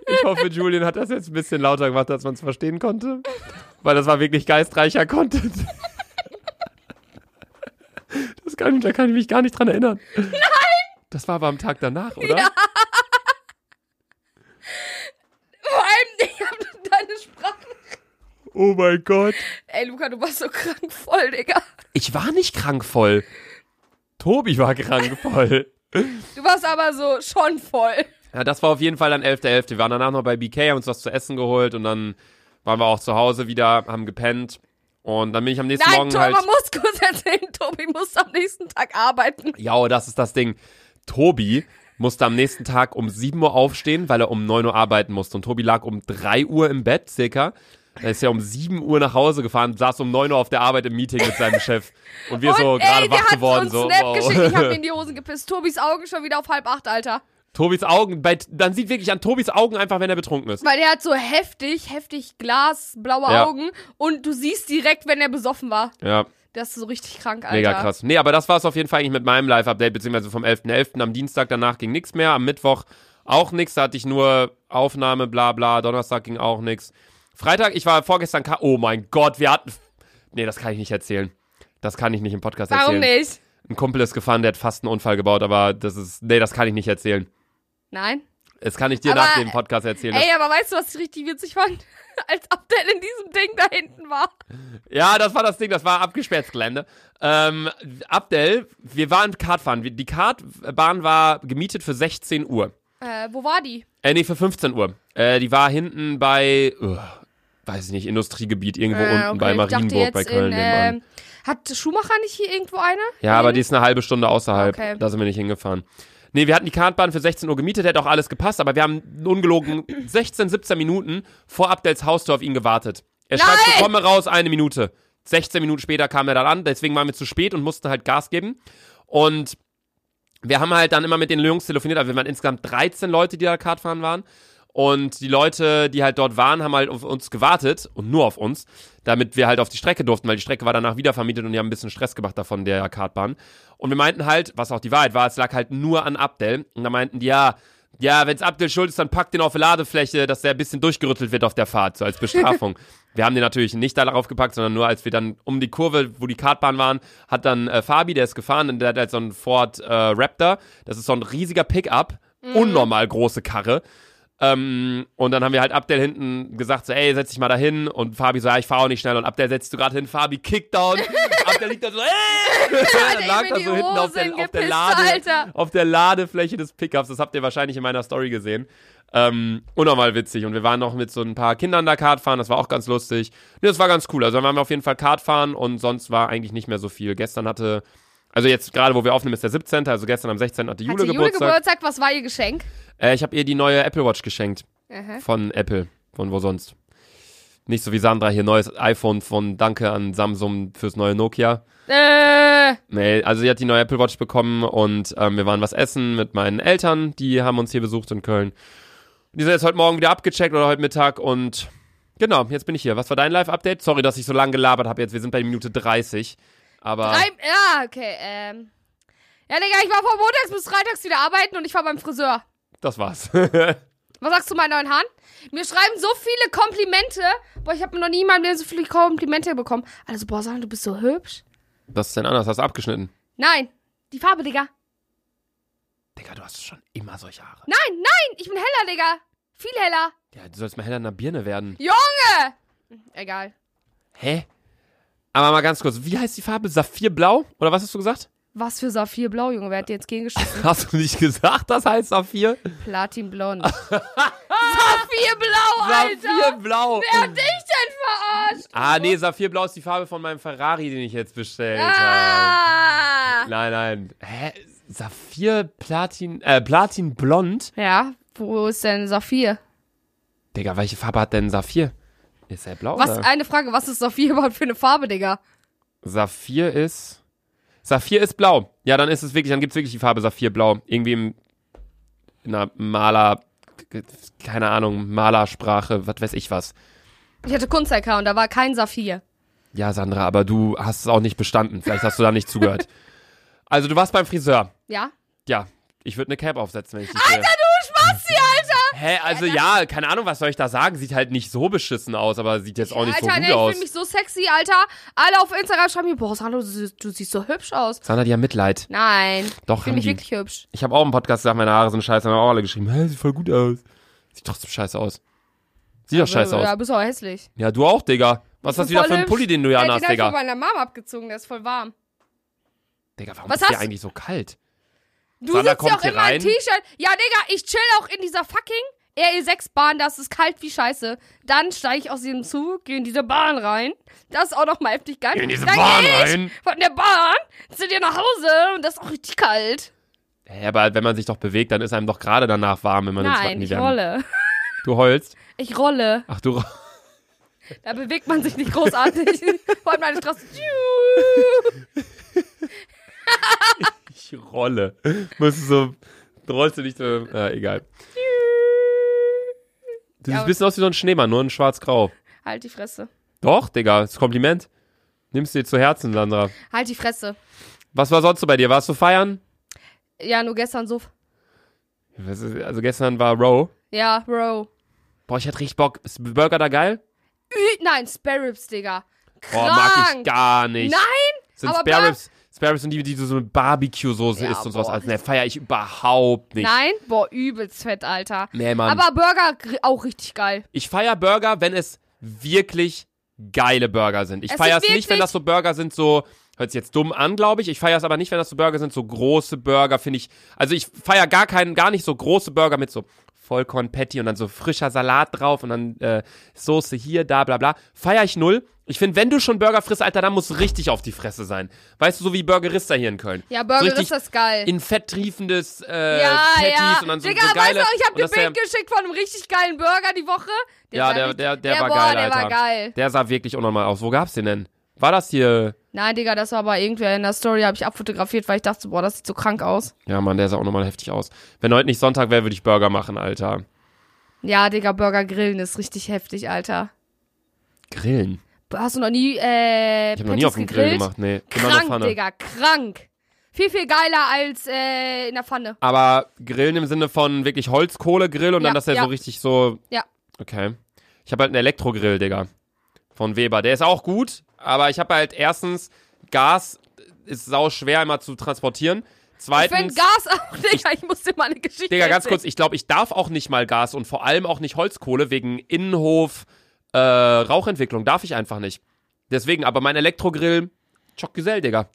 S2: Ich hoffe, Julian hat das jetzt ein bisschen lauter gemacht, dass man es verstehen konnte. Weil das war wirklich geistreicher Content. Das kann, da kann ich mich gar nicht dran erinnern. Nein! Das war aber am Tag danach, oder?
S1: Ja. Vor allem, ich hab deine Sprache.
S2: Oh mein Gott.
S1: Ey, Luca, du warst so krank voll, Digga.
S2: Ich war nicht krank voll. Tobi war krank voll.
S1: Du warst aber so schon voll.
S2: Ja, das war auf jeden Fall dann 11.11. Wir waren danach noch bei BK, haben uns was zu essen geholt und dann waren wir auch zu Hause wieder, haben gepennt. Und dann bin ich am nächsten
S1: Nein,
S2: Morgen
S1: Tobi,
S2: halt.
S1: man muss
S2: oh,
S1: kurz erzählen, Tobi muss am nächsten Tag arbeiten.
S2: Ja, das ist das Ding. Tobi musste am nächsten Tag um 7 Uhr aufstehen, weil er um 9 Uhr arbeiten musste. Und Tobi lag um 3 Uhr im Bett circa. Er ist ja um 7 Uhr nach Hause gefahren, saß um 9 Uhr auf der Arbeit im Meeting mit seinem Chef. Und wir so
S1: und ey,
S2: gerade
S1: der
S2: wach
S1: hat
S2: geworden.
S1: uns
S2: So,
S1: Snap
S2: wow.
S1: geschickt. Ich hab mir in die Hosen gepisst. Tobis Augen schon wieder auf halb acht, Alter.
S2: Tobis Augen, bei, dann sieht wirklich an Tobis Augen einfach, wenn er betrunken ist.
S1: Weil der hat so heftig, heftig glasblaue
S2: Ja.
S1: Augen und du siehst direkt, wenn er besoffen war.
S2: Ja,
S1: Das ist so richtig krank, Alter.
S2: mega krass. Nee, aber das war es auf jeden Fall eigentlich mit meinem Live-Update, beziehungsweise vom 11.11. Am Dienstag danach ging nichts mehr, am Mittwoch auch nichts, da hatte ich nur Aufnahme, bla bla, Donnerstag ging auch nichts. Freitag, ich war vorgestern, Ka oh mein Gott, wir hatten, nee, das kann ich nicht erzählen. Das kann ich nicht im Podcast
S1: Warum
S2: erzählen.
S1: nicht?
S2: Ein Kumpel ist gefahren, der hat fast einen Unfall gebaut, aber das ist, nee, das kann ich nicht erzählen.
S1: Nein?
S2: Das kann ich dir
S1: Aber,
S2: nach dem Podcast erzählen.
S1: Ey, aber weißt du, was ich richtig witzig fand? Als Abdel in diesem Ding da hinten war.
S2: Ja, das war das Ding, das war abgesperrtes Gelände. Ähm, Abdel, wir waren Kartfahren. Wir- Die Kartbahn war gemietet für 16 Uhr.
S1: Äh, wo war die?
S2: Äh, nee, für 15 Uhr. Äh, die war hinten bei, uh, weiß ich nicht, Industriegebiet, irgendwo
S1: Äh,
S2: unten bei
S1: ich dachte
S2: Marienburg, bei
S1: jetzt
S2: Köln.
S1: in,
S2: nebenan.
S1: ähm, hat Schumacher nicht hier irgendwo eine?
S2: ja, aber die ist eine halbe Stunde außerhalb.
S1: Okay.
S2: Da sind wir nicht hingefahren. Nee, wir hatten die Kartbahn für 16 Uhr gemietet, hätte auch alles gepasst, aber wir haben ungelogen 16, 17 Minuten vor Abdels Haustür auf ihn gewartet. Er schreibt,
S1: Nein!
S2: ich komme raus, eine Minute. 16 Minuten später kam er dann an, deswegen waren wir zu spät und mussten halt Gas geben. Und wir haben halt dann immer mit den Jungs telefoniert, aber wir waren insgesamt 13 Leute, die da Kart fahren waren. Und die Leute, die halt dort waren, haben halt auf uns gewartet und nur auf uns, damit wir halt auf die Strecke durften, weil die Strecke war danach wieder vermietet und die haben ein bisschen Stress gemacht davon, der Kartbahn. Und wir meinten halt, was auch die Wahrheit war, es lag halt nur an Abdel. Und da meinten die, ja, ja, wenn's Abdel schuld ist, dann packt den auf die Ladefläche, dass der ein bisschen durchgerüttelt wird auf der Fahrt, so als Bestrafung. wir haben den natürlich nicht darauf gepackt, sondern nur als wir dann um die Kurve, wo die Kartbahn waren, hat dann äh, Fabi, der ist gefahren, und der hat halt so einen Ford äh, Raptor. Das ist so ein riesiger Pickup, unnormal große Karre. Ähm, und dann haben wir halt Abdel hinten gesagt, so, ey, setz dich mal da hin. Und Fabi so, ja, ich fahre auch nicht schnell. Und Abdel setzt du gerade hin, Fabi, Kickdown. Abdel liegt da so, ey!
S1: ich
S2: dann
S1: mir
S2: lag er
S1: die
S2: so hinten auf der,
S1: Hosen
S2: auf, der
S1: gepisst,
S2: Lade,
S1: Alter.
S2: auf der Ladefläche des Pickups. Das habt ihr wahrscheinlich in meiner Story gesehen. Ähm, unnormal witzig. Und wir waren noch mit so ein paar Kindern da Kart fahren. Das war auch ganz lustig. Nee, das war ganz cool. Also dann waren wir auf jeden Fall Kart fahren und sonst war eigentlich nicht mehr so viel. Gestern hatte, also jetzt gerade, wo wir aufnehmen, ist der 17. Also gestern am 16. hatte Jule
S1: Hatte Jule
S2: Geburtstag.
S1: Geburtstag, was war ihr Geschenk?
S2: Äh, ich habe ihr die neue Apple Watch geschenkt.
S1: Aha.
S2: Von Apple. Von wo sonst? Nicht so wie Sandra hier, neues iPhone von Danke an Samsung fürs neue Nokia.
S1: Äh,
S2: Nee, also sie hat die neue Apple Watch bekommen und ähm, wir waren was essen mit meinen Eltern. Die haben uns hier besucht in Köln. Die sind jetzt heute Morgen wieder abgecheckt oder heute Mittag und genau, jetzt bin ich hier. Was war dein Live-Update? Sorry, dass ich so lange gelabert habe jetzt. Wir sind bei Minute 30. Aber
S1: drei, ja, okay, ähm. Ja, Digga, ich war von montags bis freitags wieder arbeiten und ich war beim Friseur.
S2: das war's.
S1: Was sagst du meinen neuen Haaren? Mir schreiben so viele Komplimente. Boah, ich habe noch nie in meinem Leben so viele Komplimente bekommen. Also, boah, sagen, du bist so hübsch.
S2: Was ist denn anders? Hast du abgeschnitten?
S1: Nein, die Farbe, Digga.
S2: Digga, du hast schon immer solche Haare.
S1: Nein, nein, ich bin heller, Digga. Viel heller.
S2: Ja, du sollst mal heller in der Birne werden.
S1: Junge! Hm, Egal.
S2: Hä? Aber mal ganz kurz, wie heißt die Farbe? Saphirblau? Oder was hast du gesagt?
S1: Was für Saphirblau, Junge. Wer hat dir jetzt gegengeschossen?
S2: Hast du nicht gesagt, das heißt Saphir?
S1: Platinblond. Saphirblau, Alter!
S2: Saphirblau.
S1: Wer hat dich denn verarscht?
S2: Ah, nee, Saphirblau ist die Farbe von meinem Ferrari, den ich jetzt bestellt habe.
S1: Ah!
S2: Nein, nein. Hä? Saphir, Platin, äh, Platinblond?
S1: Ja, wo ist denn Saphir?
S2: Digga, welche Farbe hat denn Saphir? Ist er blau?
S1: Was,
S2: oder?
S1: eine Frage, was ist Saphir überhaupt für eine Farbe, Digga?
S2: Saphir ist. Saphir ist blau. Ja, dann ist es wirklich, dann gibt's wirklich die Farbe Saphirblau. Irgendwie im, in einer Maler, keine Ahnung, Malersprache, was weiß ich was.
S1: Ich hatte Kunst-LK und da war kein Saphir.
S2: Ja, Sandra, aber du hast es auch nicht bestanden. Vielleicht hast du da nicht zugehört. Also, du warst beim Friseur.
S1: Ja?
S2: Ja, ich würde eine Cap aufsetzen, wenn ich dich Alter,
S1: Du Spasti, Alter!
S2: du! Hä, also ja, keine Ahnung, was soll ich da sagen? Sieht halt nicht so beschissen aus, aber sieht jetzt auch nicht
S1: Alter,
S2: so gut
S1: nee, ich
S2: aus.
S1: fühl mich so sexy, Alter. Alle auf Instagram schreiben mir, boah, Sandro, du, siehst- du siehst so hübsch aus.
S2: Sandra, die haben Mitleid.
S1: Nein, ich
S2: Doch,
S1: fühle
S2: haben
S1: mich
S2: die.
S1: wirklich hübsch.
S2: Ich habe auch im Podcast gesagt, meine Haare sind scheiße, haben auch alle geschrieben, hä, sieht voll gut aus. Sieht trotzdem scheiße aus. Sieht doch scheiße
S1: Also, Ja,
S2: aus.
S1: bist auch hässlich.
S2: Ja, du auch, Digga. Was hast du wieder
S1: Voll
S2: für einen
S1: hübsch.
S2: Pulli, den du ja
S1: Ey,
S2: anhast,
S1: den hab ich von
S2: Digga?
S1: meiner Mama abgezogen, der ist voll warm.
S2: Digga, warum
S1: Was
S2: ist dir
S1: hast du-
S2: eigentlich so kalt?
S1: Du sitzt
S2: Sandra
S1: ja
S2: kommt
S1: auch
S2: hier
S1: immer in
S2: rein.
S1: T-Shirt. Ja, Digga, ich chill auch in dieser fucking RE6-Bahn, das ist kalt wie Scheiße. Dann steige ich aus diesem Zug, gehe in diese Bahn rein. Das ist auch noch mal heftig geil.
S2: In diese
S1: Dann
S2: Bahn
S1: geh ich
S2: rein.
S1: Von der Bahn zu dir nach Hause und das ist auch richtig kalt.
S2: Hä, Hä, aber wenn man sich doch bewegt, dann ist einem doch gerade danach warm, wenn man ins Wacken
S1: Nein, ich
S2: gegangen
S1: rolle.
S2: Du heulst.
S1: Ich rolle.
S2: Ach, du. ro-
S1: Da bewegt man sich nicht großartig. Vor allem eine Straße. Tschu.
S2: Ich rolle. Musst du so. Du rollst du nicht so. Ja, egal. Du siehst
S1: Ja,
S2: ein bisschen aus wie so ein Schneemann, nur in schwarz-grau.
S1: Halt die Fresse.
S2: Doch, Digga, ist Kompliment. Nimmst du dir zu Herzen, Sandra.
S1: Halt die Fresse.
S2: Was war sonst so bei dir? Warst du feiern?
S1: Ja, nur gestern so.
S2: Was ist- Also gestern war Row.
S1: Ja, Bro.
S2: Boah, ich hatte richtig Bock. Ist Burger da geil?
S1: Ü- Nein, Spare Ribs, Digga.
S2: Boah, mag ich
S1: Krank.
S2: gar nicht.
S1: Nein!
S2: Sind
S1: aber
S2: Spare
S1: Bur-
S2: Ribs, Spare Ribs sind die, die du so mit Barbecue-Soße
S1: Ja,
S2: isst und sowas.
S1: boah.
S2: Also, ne, feier ich überhaupt nicht.
S1: Nein? Boah, übelst fett, Alter.
S2: Nee, Mann.
S1: Aber Burger gr- auch richtig geil.
S2: ich feier Burger, wenn es wirklich geile Burger sind. Ich
S1: Es
S2: feier es
S1: sind
S2: nicht, wenn
S1: wirklich-
S2: das so Burger sind, so. Hört sich jetzt dumm an, glaube ich. Ich feier es aber nicht, wenn das so Burger sind, so große Burger, finde ich. Also ich feier gar keinen, gar nicht so große Burger mit so Vollkorn-Patty und dann so frischer Salat drauf und dann äh, Soße hier, da, bla, bla. Feier ich null. Ich finde, wenn du schon Burger frisst, Alter, dann muss richtig auf die Fresse sein. Weißt du, so wie Burgerista hier in Köln.
S1: Ja,
S2: so
S1: Burger
S2: richtig
S1: ist das geil.
S2: in fett triefendes äh,
S1: ja,
S2: Patties
S1: ja.
S2: und dann so,
S1: Digga,
S2: so geile.
S1: weißt du, ich hab
S2: und
S1: dir
S2: dass der-
S1: Bild geschickt von einem richtig geilen Burger die Woche.
S2: ja,
S1: sah
S2: der,
S1: richtig-
S2: der, der, war
S1: boah,
S2: geil,
S1: der
S2: Alter.
S1: war geil.
S2: Der sah wirklich unnormal aus. Wo gab's den denn? War das hier?
S1: Nein, Digga, das war aber irgendwer in der Story, habe ich abfotografiert, weil ich dachte, boah, das sieht so krank aus.
S2: Ja, Mann, der sah unnormal heftig aus. Wenn heute nicht Sonntag wäre, würde ich Burger machen, Alter.
S1: Ja, Digga, Burger grillen ist richtig heftig, Alter.
S2: Grillen.
S1: Hast du noch nie äh,
S2: Ich habe noch nie auf dem
S1: Patties
S2: Grill
S1: gegrillt?
S2: gemacht. Nee, immer noch
S1: Krank,
S2: Pfanne.
S1: Digga, krank. Viel, viel geiler als äh, in der Pfanne.
S2: Aber Grillen im Sinne von wirklich Holzkohlegrill und
S1: Ja,
S2: dann, dass der
S1: ja.
S2: so richtig so.
S1: Ja.
S2: Okay. Ich habe halt einen Elektrogrill, Digga. Von Weber. Der ist auch gut, aber ich habe halt erstens, Gas ist sau schwer immer zu transportieren.
S1: Ich find
S2: Zweitens.
S1: Gas auch, Digga, ich muss dir mal eine Geschichte
S2: Digga, ganz
S1: erzählen.
S2: kurz, ich glaube, ich darf auch nicht mal Gas und vor allem auch nicht Holzkohle wegen Innenhof, äh, Rauchentwicklung. Darf ich einfach nicht. Deswegen, aber mein Elektrogrill, Chockgesell, Digga.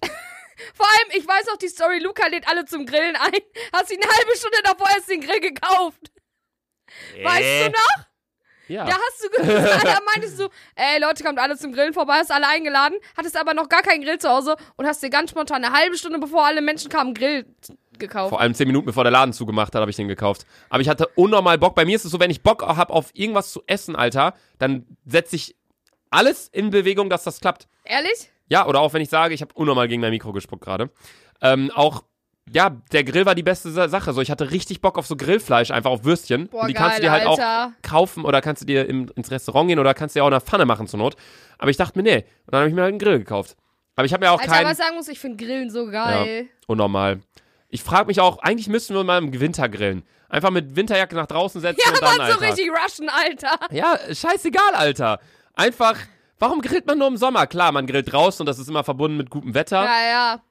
S1: Vor allem, ich weiß auch die Story, Luca lädt alle zum Grillen ein. Hast ihn eine halbe Stunde davor erst den Grill gekauft. Äh. Weißt
S2: Äh.
S1: du noch?
S2: Ja.
S1: Da hast du gesagt, da meintest du, ey Leute, kommt alle zum Grillen vorbei, hast alle eingeladen, hattest aber noch gar keinen Grill zu Hause und hast dir ganz spontan eine halbe Stunde, bevor alle Menschen kamen, einen Grill gekauft.
S2: Vor allem zehn Minuten bevor der Laden zugemacht hat, habe ich den gekauft. Aber ich hatte unnormal Bock. Bei mir ist es so, wenn ich Bock habe auf irgendwas zu essen, Alter, dann setze ich alles in Bewegung, dass das klappt.
S1: Ehrlich?
S2: Ja, oder auch wenn ich sage, ich habe unnormal gegen mein Mikro gespuckt gerade. Ähm, auch, ja, der Grill war die beste Sa- Sache. So, ich hatte richtig Bock auf so Grillfleisch, einfach auf Würstchen.
S1: Boah,
S2: und die
S1: geil,
S2: kannst du dir halt
S1: Alter.
S2: auch kaufen oder kannst du dir im, ins Restaurant gehen oder kannst du dir auch in der Pfanne machen zur Not. Aber ich dachte mir, nee. Und dann habe ich mir halt einen Grill gekauft. Aber ich habe mir auch
S1: Alter, aber
S2: keinen
S1: ich sagen muss, ich finde Grillen so geil.
S2: unnormal. Ich frage mich auch, eigentlich müssten wir mal im Winter grillen. Einfach mit Winterjacke nach draußen setzen
S1: Ja,
S2: und dann,
S1: man, so
S2: Alter.
S1: richtig rushen, Alter.
S2: Ja, scheißegal, Alter. Einfach, warum grillt man nur im Sommer? Klar, man grillt draußen und das ist immer verbunden mit gutem Wetter.
S1: Ja, ja.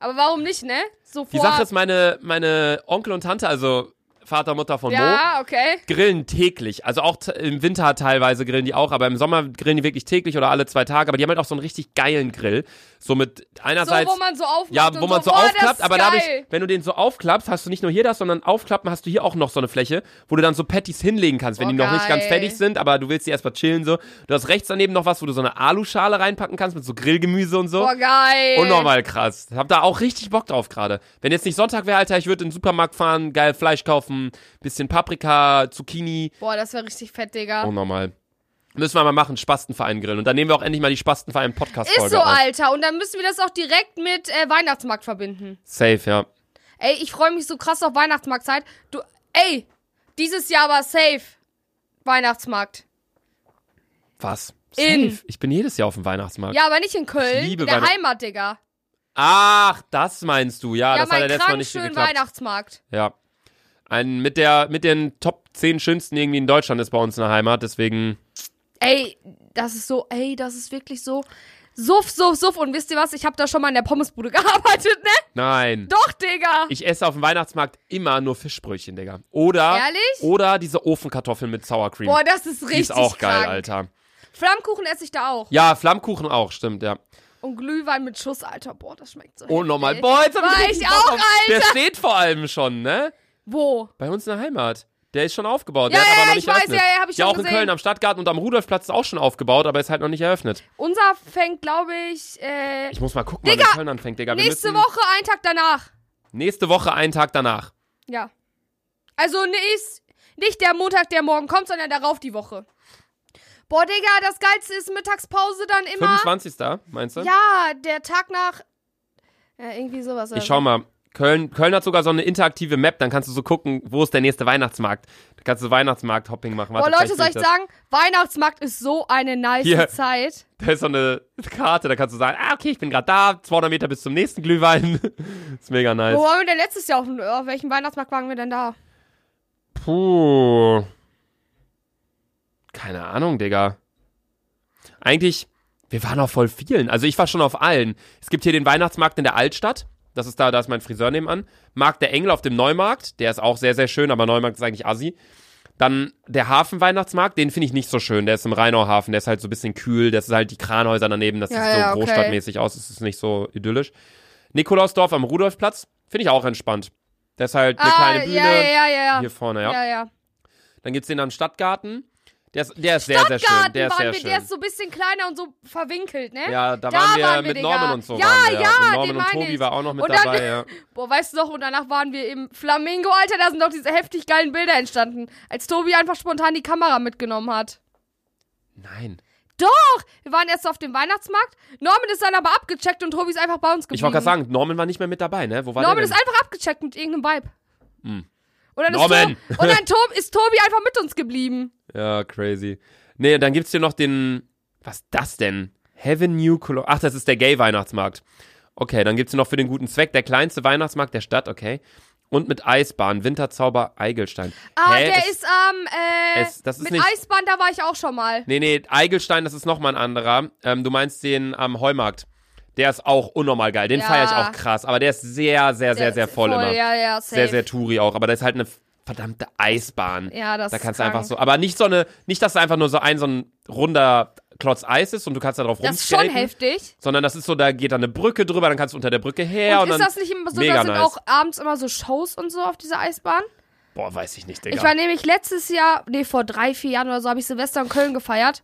S1: Aber warum nicht, ne? So
S2: Die
S1: vor-
S2: Sache ist, meine, meine Onkel und Tante, also Vater, Mutter von Mo,
S1: Ja, okay.
S2: grillen täglich. Also auch t- im Winter teilweise grillen die auch, aber im Sommer grillen die wirklich täglich oder alle zwei Tage. Aber die haben halt auch so einen richtig geilen Grill. So mit
S1: So,
S2: einerseits.
S1: wo man so aufmacht.
S2: ja,
S1: und
S2: wo man so
S1: boah, das
S2: aufklappt,
S1: ist
S2: aber
S1: geil.
S2: dadurch, wenn du den so aufklappst, hast du nicht nur hier das, sondern aufklappen hast du hier auch noch so eine Fläche, wo du dann so Patties hinlegen kannst, wenn
S1: Boah,
S2: die noch nicht ganz
S1: Oh, geil.
S2: fertig sind, aber du willst die erstmal chillen so. Du hast rechts daneben noch was, wo du so eine Aluschale reinpacken kannst mit so Grillgemüse und so.
S1: Boah, geil.
S2: Unnormal krass. Hab da auch richtig Bock drauf gerade. Wenn jetzt nicht Sonntag wäre, Alter, ich würde in den Supermarkt fahren, geil Fleisch kaufen, bisschen Paprika, Zucchini.
S1: Boah, das wäre richtig fett, Digga.
S2: Unnormal. Müssen wir mal machen, Spastenverein grillen. Und dann nehmen wir auch endlich mal die Spastenverein
S1: ist
S2: Podcast-Folge
S1: so,
S2: auf.
S1: Alter. Und dann müssen wir das auch direkt mit äh, Weihnachtsmarkt verbinden.
S2: Safe, ja.
S1: Ey, ich freue mich so krass auf Weihnachtsmarktzeit. Du, ey, dieses Jahr war safe. Weihnachtsmarkt.
S2: Was? Safe.
S1: In.
S2: Ich bin jedes Jahr auf dem Weihnachtsmarkt.
S1: Ja, aber nicht in Köln.
S2: Ich liebe
S1: in der
S2: Weihnacht-
S1: Heimat, Digga.
S2: Ach, das meinst du. Ja,
S1: ja,
S2: das hat ja
S1: mein
S2: letztes Mal
S1: krank
S2: nicht so
S1: schön
S2: geklappt.
S1: Weihnachtsmarkt.
S2: Ja. Ein, mit, der, mit den Top 10 schönsten irgendwie in Deutschland ist bei uns eine Heimat, deswegen.
S1: Ey, das ist so, ey, das ist wirklich so. Suff, suff, suff. Und wisst ihr was? Ich habe da schon mal in der Pommesbude gearbeitet, ne?
S2: Nein.
S1: Doch, Digga.
S2: Ich esse auf dem Weihnachtsmarkt immer nur Fischbrötchen, Digga. Oder,
S1: Ehrlich?
S2: oder diese Ofenkartoffeln mit Sour Cream.
S1: Boah, das ist
S2: Die
S1: richtig
S2: ist auch geil,
S1: krank.
S2: Alter.
S1: Flammkuchen esse ich da auch.
S2: Ja, Flammkuchen auch, stimmt, ja.
S1: Und Glühwein mit Schuss, Alter. Boah, das schmeckt so.
S2: Oh, nochmal.
S1: heftig.
S2: Boah, jetzt hab
S1: War
S2: ich, richtig
S1: ich
S2: Bock
S1: auch,
S2: auf- Der steht vor allem schon, ne?
S1: Wo?
S2: Bei uns in der Heimat. Der ist schon aufgebaut.
S1: Ja,
S2: der hat
S1: ja,
S2: aber noch
S1: ja,
S2: nicht
S1: ich weiß,
S2: eröffnet.
S1: ja, ja, hab ich
S2: ja,
S1: schon
S2: auch in
S1: gesehen.
S2: Köln am Stadtgarten und am Rudolfplatz ist auch schon aufgebaut, aber ist halt noch nicht eröffnet.
S1: Unser fängt, glaube ich, äh,
S2: Ich muss mal gucken, wann
S1: Digga,
S2: der Köln anfängt, Digga. Wir
S1: nächste
S2: müssen,
S1: Woche, einen Tag danach.
S2: Nächste Woche, einen Tag danach.
S1: Ja. Also nicht, nicht der Montag, der morgen kommt, sondern darauf die Woche. Boah, Digga, das Geilste ist Mittagspause dann immer.
S2: 25. meinst du?
S1: Ja, der Tag nach. Ja, irgendwie sowas. halt.
S2: Ich schau mal. Köln, Köln hat sogar so eine interaktive Map, dann kannst du so gucken, wo ist der nächste Weihnachtsmarkt. Da kannst du Weihnachtsmarkt-Hopping machen.
S1: Boah,
S2: Warte,
S1: Oh, Leute,
S2: vielleicht
S1: soll ich
S2: will
S1: sagen, Weihnachtsmarkt ist so eine nice
S2: Hier.
S1: Zeit.
S2: das. Da ist so eine Karte, da kannst du sagen, ah, okay, ich bin gerade da, 200 Meter bis zum nächsten Glühwein. ist mega nice.
S1: Wo waren wir denn letztes Jahr? Auf, auf welchem Weihnachtsmarkt waren wir denn da?
S2: Puh. Keine Ahnung, Digga. Eigentlich, wir waren auf voll vielen. Also ich war schon auf allen. Es gibt hier den Weihnachtsmarkt in der Altstadt. Das ist da, da ist mein Friseur nebenan. Markt der Engel auf dem Neumarkt. Der ist auch sehr, sehr schön, aber Neumarkt ist eigentlich assi. Dann der Hafenweihnachtsmarkt, den finde ich nicht so schön. Der ist im Rheinauhafen, der ist halt so ein bisschen kühl. Das ist halt die Kranhäuser daneben. Das
S1: Ja,
S2: sieht so
S1: ja, okay.
S2: großstadtmäßig aus. Das ist nicht so idyllisch. Nikolausdorf am Rudolfplatz finde ich auch entspannt. Das ist halt eine kleine Bühne.
S1: Ah, ja, ja, ja, ja.
S2: Hier vorne,
S1: ja, ja.
S2: dann gibt's den am Stadtgarten. Der ist, der ist sehr, sehr schön.
S1: Garten
S2: Der ist
S1: waren
S2: sehr
S1: wir,
S2: schön.
S1: der ist so ein bisschen kleiner und so verwinkelt, ne?
S2: ja, da,
S1: da
S2: waren wir
S1: waren wir,
S2: mit
S1: Digga.
S2: Norman und so.
S1: Ja,
S2: waren wir.
S1: ja,
S2: mit
S1: den
S2: Norman und
S1: meine
S2: Tobi
S1: ich.
S2: war auch noch mit
S1: Und dann-
S2: dabei. Ja.
S1: Boah, weißt du noch, und danach waren wir im Flamingo, Alter, da sind doch diese heftig geilen Bilder entstanden, als Tobi einfach spontan die Kamera mitgenommen hat.
S2: Nein.
S1: Doch! Wir waren erst auf dem Weihnachtsmarkt, Norman ist dann aber abgecheckt und Tobi ist einfach bei uns geblieben.
S2: Ich wollte gerade sagen, Norman war nicht mehr mit dabei, ne? Wo war
S1: Hm. Norman
S2: der
S1: ist
S2: denn? Hm.
S1: einfach abgecheckt mit irgendeinem Vibe. Und dann,
S2: Norman!
S1: Ist, Tob- und dann Tob ist Tobi einfach mit uns geblieben.
S2: ja, crazy. Nee, dann gibt's hier noch den. Was ist das denn? Heaven New Colo Ach, das ist der Gay-Weihnachtsmarkt. Okay, dann gibt's hier noch für den guten Zweck der kleinste Weihnachtsmarkt der Stadt, okay. Und mit Eisbahn, Winterzauber Eigelstein.
S1: Ah,
S2: Hä, das-
S1: der ist am, äh,
S2: es- das ist
S1: mit
S2: nicht-
S1: Eisbahn, da war ich auch schon mal.
S2: Nee, nee, Eigelstein, das ist nochmal ein anderer. Ähm, du meinst den am Heumarkt. Der ist auch unnormal geil. Den
S1: Ja.
S2: feiere ich auch krass. Aber der ist sehr, sehr, sehr, sehr voll, immer.
S1: Ja, ja, safe.
S2: sehr, sehr touri auch. Aber da ist halt eine verdammte Eisbahn.
S1: Ja, das
S2: da
S1: ist
S2: kannst du
S1: krank.
S2: einfach so. Aber nicht so eine, nicht, dass da einfach nur so ein, so ein runder Klotz Eis ist und du kannst da drauf
S1: Das ist schon
S2: rumskaten,
S1: heftig.
S2: Sondern das ist so, da geht da eine Brücke drüber, dann kannst du unter der Brücke her.
S1: und
S2: Und,
S1: ist
S2: dann,
S1: das nicht immer so,
S2: mega
S1: da sind
S2: nice.
S1: auch abends immer so Shows und so auf dieser Eisbahn?
S2: Boah, weiß ich nicht, Digga.
S1: Ich war nämlich letztes Jahr, nee, vor drei, vier Jahren oder so, habe ich Silvester in Köln gefeiert.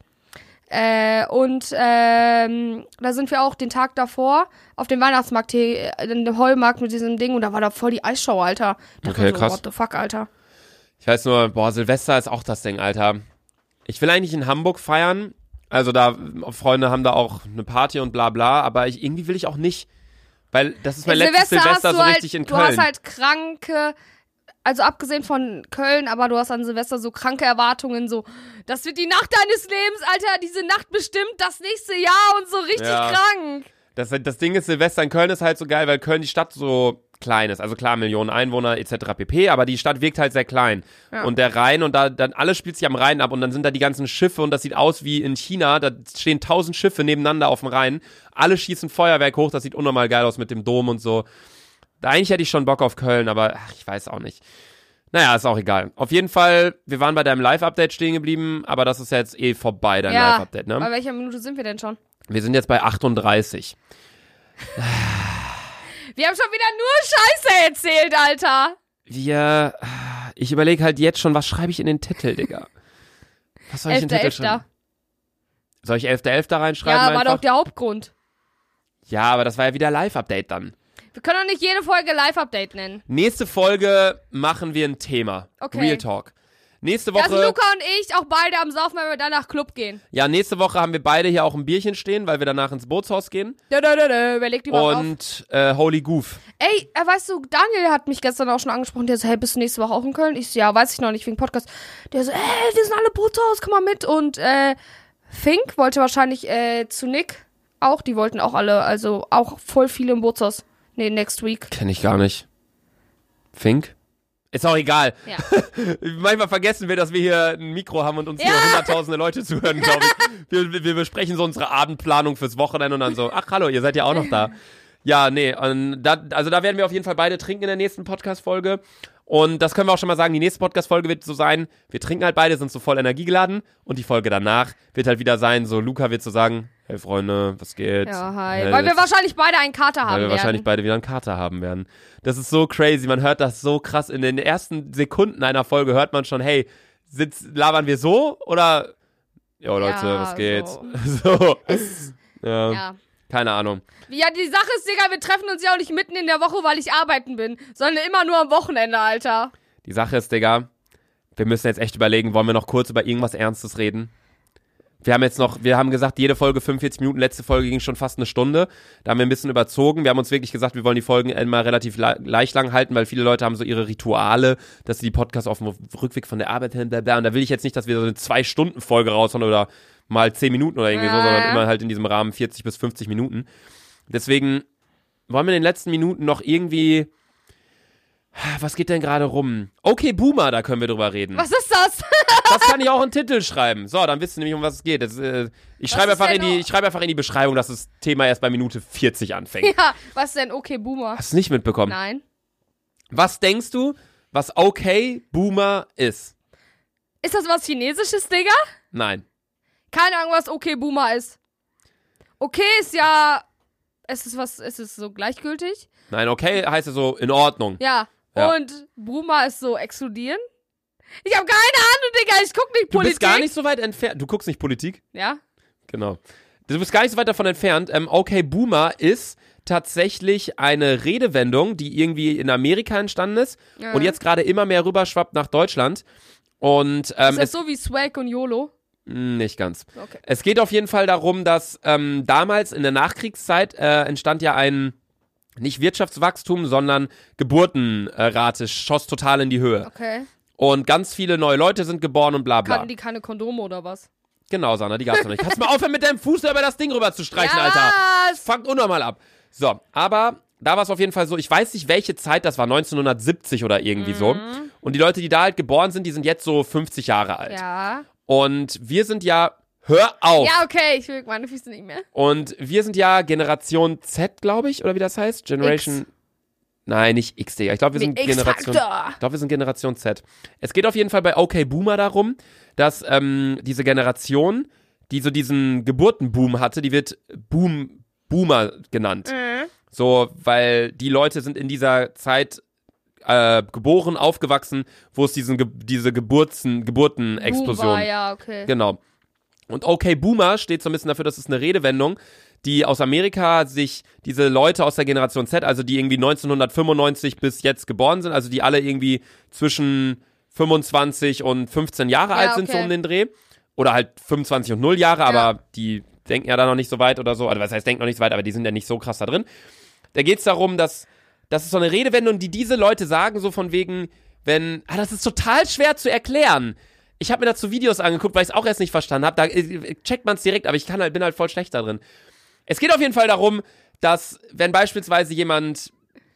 S1: Äh, und ähm, da sind wir auch den Tag davor auf dem Weihnachtsmarkt, hier, äh, in dem Heumarkt mit diesem Ding und da war da voll die Eisshow, Alter. Da dachte
S2: Okay,
S1: ich so,
S2: krass.
S1: What the fuck, Alter.
S2: Ich weiß nur, boah, Silvester ist auch das Ding, Alter. Ich will eigentlich in Hamburg feiern. Also da, Freunde haben da auch eine Party und bla bla, aber ich, irgendwie will ich auch nicht. Weil das ist mein letztes Silvester so
S1: halt,
S2: richtig in
S1: du hast
S2: Köln.
S1: halt kranke, also abgesehen von Köln, aber du hast an Silvester so kranke Erwartungen, so, das wird die Nacht deines Lebens, Alter, diese Nacht bestimmt das nächste Jahr und so richtig
S2: Ja.
S1: krank.
S2: das, das Ding ist, Silvester in Köln ist halt so geil, weil Köln die Stadt so klein ist. Also klar, Millionen Einwohner etc. pp, aber die Stadt wirkt halt sehr klein. Und der Rhein und da, dann alles spielt sich am Rhein ab und dann sind da die ganzen Schiffe und das sieht aus wie in China. Da stehen tausend Schiffe nebeneinander auf dem Rhein. Alle schießen Feuerwerk hoch, das sieht unnormal geil aus mit dem Dom und so. Da eigentlich hätte ich schon Bock auf Köln, aber ach, ich weiß auch nicht. Naja, ist auch egal. Auf jeden Fall, wir waren bei deinem Live-Update stehen geblieben, aber das ist ja jetzt eh vorbei, dein
S1: ja.
S2: Live-Update, ne?
S1: Bei welcher Minute sind wir denn schon?
S2: Wir sind jetzt bei 38.
S1: Wir haben schon wieder nur Scheiße erzählt, Alter.
S2: Wir, ich überlege halt jetzt schon, was schreibe ich in den Titel, Digga? Was soll ich in den Titel
S1: 11.11.
S2: schreiben? Soll ich 11.11. da reinschreiben
S1: Ja, war
S2: einfach?
S1: doch der Hauptgrund.
S2: ja, aber das war ja wieder Live-Update dann.
S1: Wir können doch nicht jede Folge Live-Update nennen.
S2: Nächste Folge machen wir ein Thema.
S1: Okay.
S2: Real Talk. Nächste
S1: Dass
S2: Woche,
S1: Luca und ich auch beide am Saufen, wenn wir danach Club gehen.
S2: ja, nächste Woche haben wir beide hier auch ein Bierchen stehen, weil wir danach ins Bootshaus gehen.
S1: Dö, dö, dö, dö, überleg dir mal auf.
S2: Und äh, Holy Goof.
S1: Ey, äh, weißt du, Daniel hat mich gestern auch schon angesprochen. Der so, hey, bist du nächste Woche auch in Köln? Ich so, ja, weiß ich noch nicht, wegen Podcast. Der so, ey, wir sind alle Bruthaus, komm mal mit. Und äh, Fink wollte wahrscheinlich äh, zu Nick auch. Die wollten auch alle, also auch voll viele im Bootshaus. Nee, next week.
S2: Kenne ich gar nicht. Fink? Ist auch egal.
S1: Ja.
S2: Manchmal vergessen wir, dass wir hier ein Mikro haben und uns hier hunderttausende Leute zuhören, glaube ich. Wir, wir besprechen so unsere Abendplanung fürs Wochenende und dann so, ach hallo, ihr seid ja auch noch da. Ja, nee, und da, also da werden wir auf jeden Fall beide trinken in der nächsten Podcast-Folge. Und das können wir auch schon mal sagen, die nächste Podcast-Folge wird so sein, wir trinken halt beide, sind so voll energiegeladen. Und die Folge danach wird halt wieder sein, so Luca wird so sagen, hey Freunde, was geht?
S1: Ja, hi.
S2: Hey,
S1: Weil wir
S2: let's-
S1: wahrscheinlich beide einen Kater haben
S2: weil wir
S1: werden.
S2: wahrscheinlich beide wieder einen Kater haben werden. Das ist so crazy. Man hört das so krass. In den ersten Sekunden einer Folge hört man schon, hey, sitz, labern wir so oder? Jo, Leute,
S1: Ja,
S2: was geht?
S1: so.
S2: So.
S1: Ist,
S2: Ja.
S1: ja.
S2: Keine Ahnung.
S1: Ja, die Sache ist, Digga, wir treffen uns ja auch nicht mitten in der Woche, weil ich arbeiten bin, sondern immer nur am Wochenende, Alter.
S2: Die Sache ist, Digga, wir müssen jetzt echt überlegen, wollen wir noch kurz über irgendwas Ernstes reden? Wir haben jetzt noch, wir haben gesagt, jede Folge 45 Minuten, letzte Folge ging schon fast eine Stunde. Da haben wir ein bisschen überzogen. Wir haben uns wirklich gesagt, wir wollen die Folgen immer relativ la- leicht lang halten, weil viele Leute haben so ihre Rituale, dass sie die Podcasts auf dem Rückweg von der Arbeit hören, bla bla. Und da will ich jetzt nicht, dass wir so eine Zwei-Stunden-Folge raushauen oder mal 10 Minuten oder irgendwie so,
S1: Ja.
S2: sondern immer halt in diesem Rahmen 40 bis 50 Minuten. Deswegen wollen wir in den letzten Minuten noch irgendwie. Was geht denn gerade rum? Okay, Boomer, da können wir drüber reden.
S1: Was ist das?
S2: Das kann ich auch in den Titel schreiben. So, dann wissen wir nämlich, um was es geht. Das, äh, ich, schreibe
S1: ist
S2: einfach in
S1: denn
S2: die,
S1: noch-
S2: ich schreibe einfach in die Beschreibung, dass das Thema erst bei Minute 40 anfängt.
S1: ja, was denn? Okay, Boomer.
S2: Hast du nicht mitbekommen?
S1: Nein.
S2: Was denkst du, was okay Boomer ist?
S1: Ist das was Chinesisches, Digga?
S2: Nein.
S1: Keine Ahnung, was okay Boomer ist. Okay ist ja. Es ist was, es ist so gleichgültig.
S2: Nein, okay heißt ja so in Ordnung.
S1: Ja.
S2: Ja.
S1: Und Boomer ist so explodieren. Ich habe keine Ahnung, Digga. Ich guck nicht
S2: du
S1: Politik.
S2: bist gar nicht so weit entfernt. Du guckst nicht Politik?
S1: Ja.
S2: Genau. Du bist gar nicht so weit davon entfernt. Ähm, okay, Boomer ist tatsächlich eine Redewendung, die irgendwie in Amerika entstanden ist
S1: Ja.
S2: und jetzt gerade immer mehr rüberschwappt nach Deutschland. Und ähm,
S1: ist das
S2: es,
S1: so wie Swag und YOLO?
S2: mh, nicht ganz.
S1: Okay.
S2: Es geht auf jeden Fall darum, dass ähm, damals in der Nachkriegszeit äh, entstand ja ein nicht Wirtschaftswachstum, sondern Geburtenrate schoss total in die Höhe.
S1: Okay.
S2: Und ganz viele neue Leute sind geboren und bla bla.
S1: Kannten die keine Kondome oder was?
S2: Genau, Sana, die gab's noch nicht. Kannst mal aufhören, mit deinem Fuß da über das Ding rüber zu streichen,
S1: ja,
S2: Alter.
S1: Was?
S2: Fangt unnormal ab. So, aber da war es auf jeden Fall so, ich weiß nicht, welche Zeit das war, 1970 oder irgendwie so. Und die Leute, die da halt geboren sind, die sind jetzt so 50 Jahre alt.
S1: Mhm. Ja.
S2: Und wir sind ja, hör auf!
S1: Ja, okay. Ich will meine Füße nicht mehr.
S2: Und wir sind ja Generation Z, glaube ich, oder wie das heißt? Generation.
S1: X.
S2: Nein, nicht X, Digga. Ich glaube, wir
S1: Wie
S2: sind Generation.
S1: X-Factor.
S2: Ich glaube, wir sind Generation Z. Es geht auf jeden Fall bei OK Boomer darum, dass ähm, diese Generation, die so diesen Geburtenboom hatte, die wird Boom Boomer genannt.
S1: Mhm.
S2: So, weil die Leute sind in dieser Zeit äh, geboren, aufgewachsen, wo es diesen Ge diese Geburzen, Geburtenexplosion
S1: Boomer, ja, okay.
S2: Genau. Und okay, Boomer steht so ein bisschen dafür, dass es eine Redewendung, die aus Amerika sich diese Leute aus der Generation Z, also die irgendwie 1995 bis jetzt geboren sind, also die alle irgendwie zwischen 25 und 15 Jahre
S1: Ja,
S2: alt sind, so
S1: okay.
S2: um den Dreh. Oder halt 25 und 0 Jahre, aber
S1: Ja.
S2: die denken ja da noch nicht so weit oder so. Also was heißt, denken noch nicht so weit, aber die sind ja nicht so krass da drin. Da geht's darum, dass das ist so eine Redewendung, die diese Leute sagen, so von wegen, wenn. Ah, das ist total schwer zu erklären. Ich habe mir dazu Videos angeguckt, weil ich es auch erst nicht verstanden habe. Da äh, checkt man es direkt, aber ich kann halt, bin halt voll schlecht da drin. Es geht auf jeden Fall darum, dass, wenn beispielsweise jemand,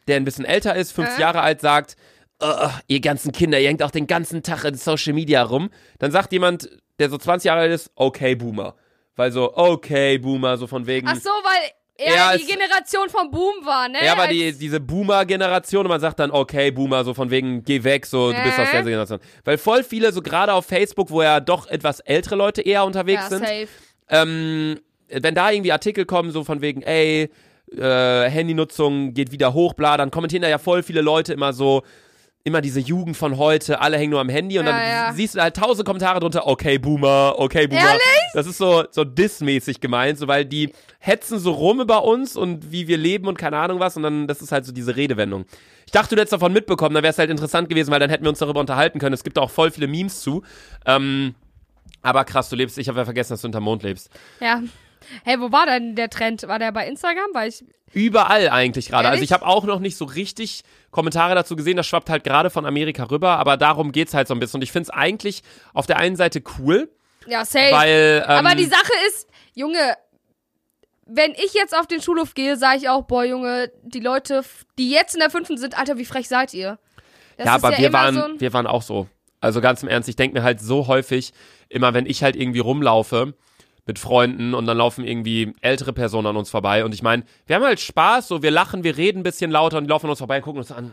S2: der ein bisschen älter ist, 50
S1: Äh?
S2: Jahre alt, sagt, "Ugh, ihr ganzen Kinder, ihr hängt auch den ganzen Tag in Social Media rum, dann sagt jemand, der so 20 Jahre alt ist, okay, Boomer. Weil so, okay, Boomer, so von wegen.
S1: Ach so, weil er
S2: Ja,
S1: die
S2: es-
S1: Generation vom Boom war, ne?
S2: Ja, aber
S1: Als-
S2: die, diese Boomer-Generation, und man sagt dann, okay, Boomer, so von wegen, geh weg, so, du bist
S1: Äh.
S2: aus der Generation. Weil voll viele, so gerade auf Facebook, wo ja doch etwas ältere Leute eher unterwegs
S1: ja,
S2: sind,
S1: safe.
S2: ähm, wenn da irgendwie Artikel kommen, so von wegen, ey, äh, Handynutzung geht wieder hoch, bla, dann kommentieren da ja voll viele Leute immer so, immer diese Jugend von heute, alle hängen nur am Handy und
S1: Ja,
S2: dann
S1: ja.
S2: siehst du halt tausend Kommentare drunter, okay, Boomer, okay, Boomer.
S1: Ehrlich?
S2: Das ist so, so Diss-mäßig gemeint, so, weil die hetzen so rum über uns und wie wir leben und keine Ahnung was und dann, das ist halt so diese Redewendung. Ich dachte, du hättest davon mitbekommen, dann wäre es halt interessant gewesen, weil dann hätten wir uns darüber unterhalten können. Es gibt auch voll viele Memes zu. Ähm, aber krass, du lebst, ich habe ja vergessen, dass du hinterm Mond lebst.
S1: Ja. Hey, wo war denn der Trend? War der bei Instagram? Weil ich.
S2: Überall eigentlich gerade. Also
S1: Ehrlich?
S2: ich habe auch noch nicht so richtig Kommentare dazu gesehen. Das schwappt halt gerade von Amerika rüber, aber darum geht's halt so ein bisschen. Und ich find's eigentlich auf der einen Seite cool,
S1: Ja, safe.
S2: weil ähm,
S1: aber die Sache ist, Junge, wenn ich jetzt auf den Schulhof gehe, sage ich auch, boah, Junge, die Leute, f- die jetzt in der fünften sind, Alter, wie frech seid ihr? Das
S2: ja,
S1: ist
S2: aber
S1: ja
S2: wir
S1: immer
S2: waren
S1: so ein,
S2: wir waren auch so. Also ganz im Ernst, ich denk mir halt so häufig immer, wenn ich halt irgendwie rumlaufe mit Freunden und dann laufen irgendwie ältere Personen an uns vorbei und ich meine, wir haben halt Spaß, so wir lachen, wir reden ein bisschen lauter und die laufen an uns vorbei und gucken uns an.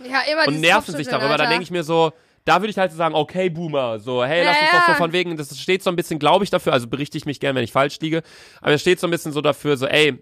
S1: ja, immer
S2: und
S1: dieses
S2: nerven sich
S1: Kopfschütteln,
S2: darüber. Dann
S1: Alter.
S2: denke ich mir so, da würde ich halt so sagen, okay, Boomer, so, hey, lass
S1: Ja,
S2: uns doch so
S1: ja.
S2: von wegen, das steht so ein bisschen, glaube ich, dafür, also berichte ich mich gern, wenn ich falsch liege, aber es steht so ein bisschen so dafür, so, ey,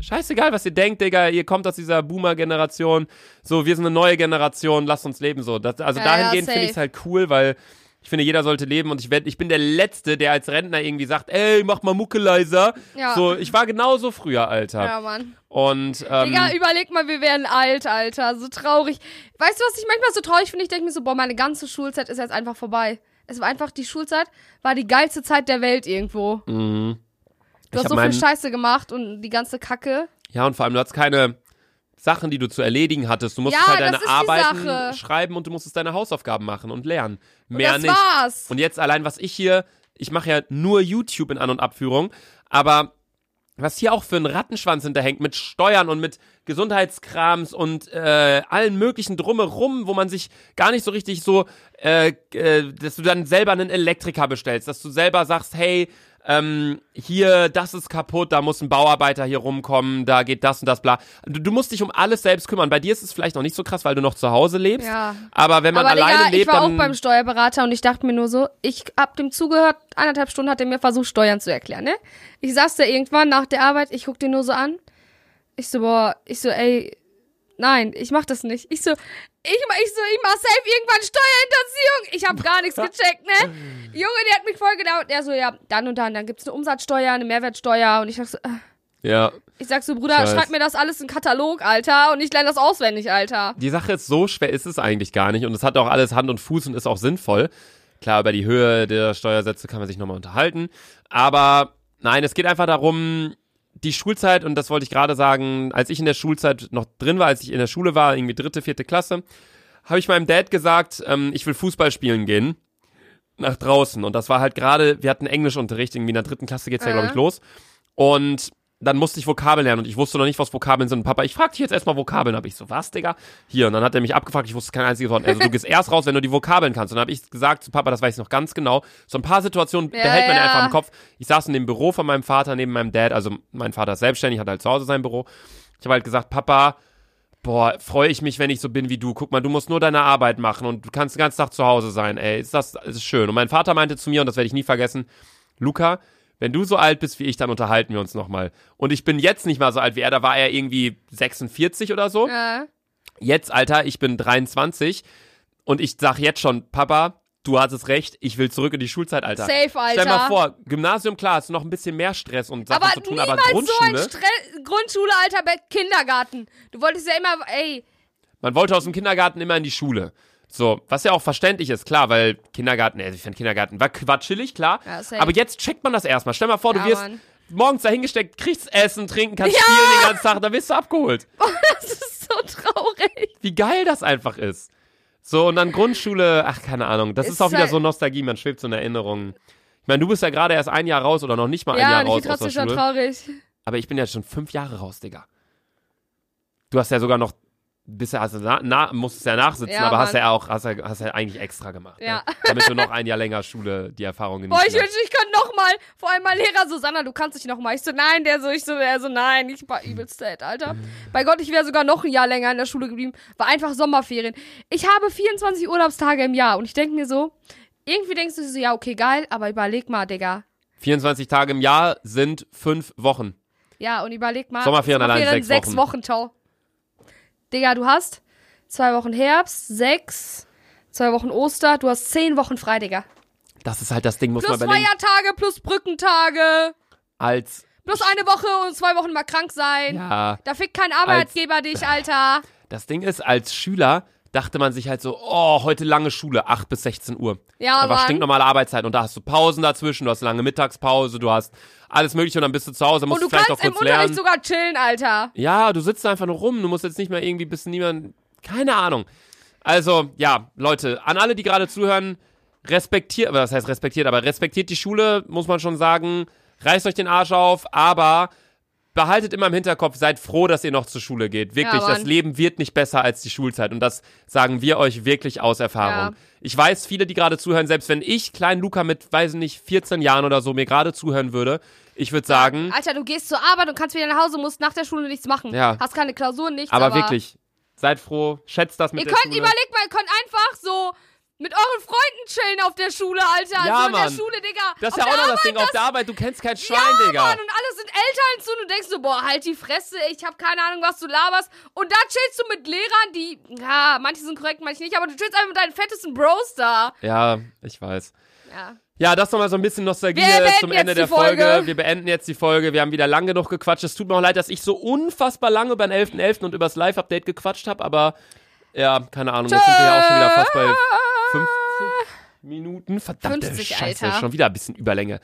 S2: scheißegal, was ihr denkt, Digga, ihr kommt aus dieser Boomer-Generation, so, wir sind eine neue Generation, lasst uns leben, so. Das, also
S1: Ja, ja,
S2: dahingehend finde ich es
S1: safe.
S2: halt cool, weil Ich finde, jeder sollte leben und ich, werd, ich bin der Letzte, der als Rentner irgendwie sagt, ey, mach mal Mucke leiser.
S1: Ja.
S2: So, ich war genauso früher, Alter.
S1: Ja, Mann.
S2: Und ähm,
S1: Digga, überleg mal, wir werden alt, Alter. So traurig. Weißt du, was ich manchmal so traurig finde? Ich denke mir so, boah, meine ganze Schulzeit ist jetzt einfach vorbei. Es war einfach, die Schulzeit war die geilste Zeit der Welt irgendwo. Du
S2: Mhm. hab
S1: hast so viel
S2: meinen-
S1: Scheiße gemacht und die ganze Kacke.
S2: Ja, und vor allem, du hast keine Sachen, die du zu erledigen hattest. Du musstest
S1: Ja,
S2: halt
S1: das
S2: deine
S1: ist die Sache.
S2: Arbeiten schreiben und du musstest deine Hausaufgaben machen und lernen. Mehr
S1: das
S2: nicht.
S1: war's.
S2: Und jetzt allein, was ich hier, ich mache ja nur YouTube in An- und Abführung, aber was hier auch für ein Rattenschwanz hinterhängt mit Steuern und mit Gesundheitskrams und äh, allen möglichen drumherum, wo man sich gar nicht so richtig so, äh, äh, dass du dann selber einen Elektriker bestellst, dass du selber sagst, hey, ähm, hier, das ist kaputt, da muss ein Bauarbeiter hier rumkommen, da geht das und das, bla. Du, du musst dich um alles selbst kümmern. Bei dir ist es vielleicht noch nicht so krass, weil du noch zu Hause lebst.
S1: Ja.
S2: Aber wenn man
S1: Aber
S2: alleine
S1: Digga,
S2: lebt,
S1: ich war
S2: dann
S1: auch beim Steuerberater und ich dachte mir nur so, ich hab dem zugehört, eineinhalb Stunden hat er mir versucht, Steuern zu erklären, ne? Ich saß da irgendwann nach der Arbeit, ich guck den nur so an. Ich so, boah, ich so, ey, nein, ich mach das nicht. Ich so, ich, ma- ich so, ich mach safe irgendwann Steuerhinterziehung. Ich hab gar nichts gecheckt, ne? Junge, der hat mich voll gedauert. Er so, ja, dann und dann, dann gibt's eine Umsatzsteuer, eine Mehrwertsteuer und ich sag so, äh.
S2: ja.
S1: ich sag so, Bruder,
S2: Ich weiß.
S1: schreib mir das alles in den Katalog, Alter, und ich lerne das auswendig, Alter.
S2: die Sache ist, so schwer ist es eigentlich gar nicht und es hat auch alles Hand und Fuß und ist auch sinnvoll. Klar, über die Höhe der Steuersätze kann man sich nochmal unterhalten, aber nein, es geht einfach darum, die Schulzeit, und das wollte ich gerade sagen, als ich in der Schulzeit noch drin war, als ich in der Schule war, irgendwie dritte, vierte Klasse, habe ich meinem Dad gesagt, ähm, ich will Fußball spielen gehen. Nach draußen. Und das war halt gerade, wir hatten Englischunterricht, irgendwie in der dritten Klasse geht's ja,
S1: Äh.
S2: glaube ich, los. Und dann musste ich Vokabeln lernen und ich wusste noch nicht, was Vokabeln sind. Und Papa, ich frag dich jetzt erstmal Vokabeln. Hab ich so, was, Digga? Hier. Und dann hat er mich abgefragt, ich wusste kein einziges Wort. Also du gehst erst raus, wenn du die Vokabeln kannst. Und dann habe ich gesagt zu Papa, das weiß ich noch ganz genau. So ein paar Situationen
S1: Ja,
S2: behält man
S1: ja.
S2: einfach im Kopf. Ich saß in dem Büro von meinem Vater neben meinem Dad. Also mein Vater ist selbstständig, hat halt zu Hause sein Büro. Ich habe halt gesagt, Papa, boah, freue ich mich, wenn ich so bin wie du. Guck mal, du musst nur deine Arbeit machen und du kannst den ganzen Tag zu Hause sein. Ey, ist das, ist schön. Und mein Vater meinte zu mir, und das werde ich nie vergessen, Luca, wenn du so alt bist wie ich, dann unterhalten wir uns nochmal. Und ich bin jetzt nicht mal so alt wie er, da war er irgendwie 46 oder so.
S1: Äh,
S2: Jetzt, Alter, ich bin 23 und ich sag jetzt schon, Papa, du hattest recht, ich will zurück in die Schulzeit, Alter.
S1: safe, Alter.
S2: Stell mal vor, Gymnasium, klar, ist noch ein bisschen mehr Stress und Sachen
S1: aber
S2: zu tun, aber
S1: niemals
S2: Grundschule,
S1: so ein Stre Grundschule, Alter, bei Kindergarten. Du wolltest ja immer, ey,
S2: man wollte aus dem Kindergarten immer in die Schule. So, was ja auch verständlich ist, klar, weil Kindergarten, also ich finde Kindergarten war quatschillig, klar.
S1: Ja, safe.
S2: aber jetzt checkt man das erstmal. Stell mal vor,
S1: Ja,
S2: du wirst
S1: Mann.
S2: morgens dahingesteckt, kriegst Essen, trinken, kannst spielen den ganzen Tag, dann wirst du abgeholt.
S1: das ist so traurig.
S2: Wie geil das einfach ist. So, und dann Grundschule, ach, keine Ahnung, das ist,
S1: Ist
S2: auch wieder
S1: halt-
S2: so Nostalgie, man schwebt so in Erinnerungen. Ich meine, du bist ja gerade erst ein Jahr raus oder noch nicht mal ein
S1: ja,
S2: Jahr
S1: und ich
S2: raus
S1: bin
S2: aus der
S1: trotzdem schon
S2: Schule.
S1: traurig.
S2: Aber ich bin ja schon fünf Jahre raus, Digga. Du hast ja sogar noch, bist ja, hast, ja na, na, musstest ja nachsitzen,
S1: Ja,
S2: aber hast
S1: Mann.
S2: ja auch, hast ja, hast ja eigentlich extra gemacht.
S1: Ja.
S2: Ne? Damit du noch ein Jahr länger Schule die Erfahrung genießt.
S1: Boah, ich wünschte, ich könnte nochmal. Vor allem mein Lehrer Susanna, du kannst dich nochmal. Ich so, nein, der so, ich so, er so, nein, ich war übelst sad, Alter. Bei Gott, ich wäre sogar noch ein Jahr länger in der Schule geblieben. War einfach Sommerferien. Ich habe 24 Urlaubstage im Jahr und ich denke mir so, irgendwie denkst du dir so, ja, okay, geil, aber überleg mal, Digga.
S2: 24 Tage im Jahr sind fünf Wochen.
S1: Ja, und überleg mal.
S2: Sommerferien allein
S1: Sommerferien,
S2: sechs
S1: sechs Wochen, ciao. Digga, du hast zwei Wochen Herbst, sechs, zwei Wochen Oster, du hast zehn Wochen frei, Digga.
S2: Das ist halt das Ding, muss
S1: Plus
S2: man überlegen.
S1: Feiertage, plus Brückentage,
S2: Als,
S1: plus eine Woche und zwei Wochen mal krank sein.
S2: ja,
S1: Da fickt kein Arbeitgeber dich, Alter.
S2: das Ding ist, als Schüler dachte man sich halt so, oh, heute lange Schule, 8 bis 16 Uhr.
S1: Ja,
S2: Aber
S1: Mann.
S2: stinknormale Arbeitszeit und da hast du Pausen dazwischen, du hast lange Mittagspause, du hast alles mögliche und dann bist du zu Hause,
S1: Und
S2: musst
S1: du
S2: vielleicht
S1: kannst
S2: noch
S1: im
S2: kurz
S1: Unterricht
S2: lernen.
S1: sogar chillen, Alter.
S2: Ja, du sitzt einfach nur rum. Du musst jetzt nicht mehr irgendwie bis niemand. Keine Ahnung. Also, ja, Leute, an alle, die gerade zuhören, respektiert, was heißt respektiert, aber respektiert die Schule, muss man schon sagen. Reißt euch den Arsch auf, aber behaltet immer im Hinterkopf, seid froh, dass ihr noch zur Schule geht. Wirklich,
S1: Ja, Mann.
S2: das Leben wird nicht besser als die Schulzeit und das sagen wir euch wirklich aus Erfahrung.
S1: Ja.
S2: Ich weiß, viele, die gerade zuhören, selbst wenn ich, kleinen Luca mit, weiß nicht, 14 Jahren oder so, mir gerade zuhören würde, ich würde sagen,
S1: Alter, du gehst zur Arbeit und kannst wieder nach Hause, musst nach der Schule nichts machen.
S2: Ja.
S1: Hast keine Klausuren, nichts.
S2: Aber, wirklich, seid froh, schätzt das mit
S1: Ihr
S2: der
S1: könnt,
S2: Schule.
S1: überlegt mal, ihr könnt einfach so Mit euren Freunden chillen auf der Schule, Alter.
S2: Ja,
S1: also in der
S2: Mann.
S1: Schule, Digga.
S2: Das ist
S1: Auf
S2: ja auch
S1: der
S2: noch das
S1: Arbeit,
S2: Ding auf der Arbeit. Du kennst kein Schwein,
S1: ja,
S2: Digga.
S1: Mann, und alle sind Eltern zu und du denkst so, boah, halt die Fresse, ich hab keine Ahnung, was du laberst. Und da chillst du mit Lehrern, die, ja, manche sind korrekt, manche nicht, aber du chillst einfach mit deinen fettesten Bros da.
S2: Ja, ich weiß.
S1: Ja.
S2: Ja, das nochmal so ein bisschen Nostalgie
S1: Wir beenden
S2: zum
S1: jetzt
S2: Ende
S1: die
S2: der Folge.
S1: Folge.
S2: Wir beenden jetzt die Folge. Wir haben wieder lang genug gequatscht. Es tut mir auch leid, dass ich so unfassbar lange über den 11.11. und über das Live-Update gequatscht habe, aber ja, keine Ahnung. Jetzt sind wir ja auch schon wieder fast bei 50 Minuten. Verdammte
S1: 50,
S2: Scheiße,
S1: Alter.
S2: schon wieder ein bisschen Überlänge.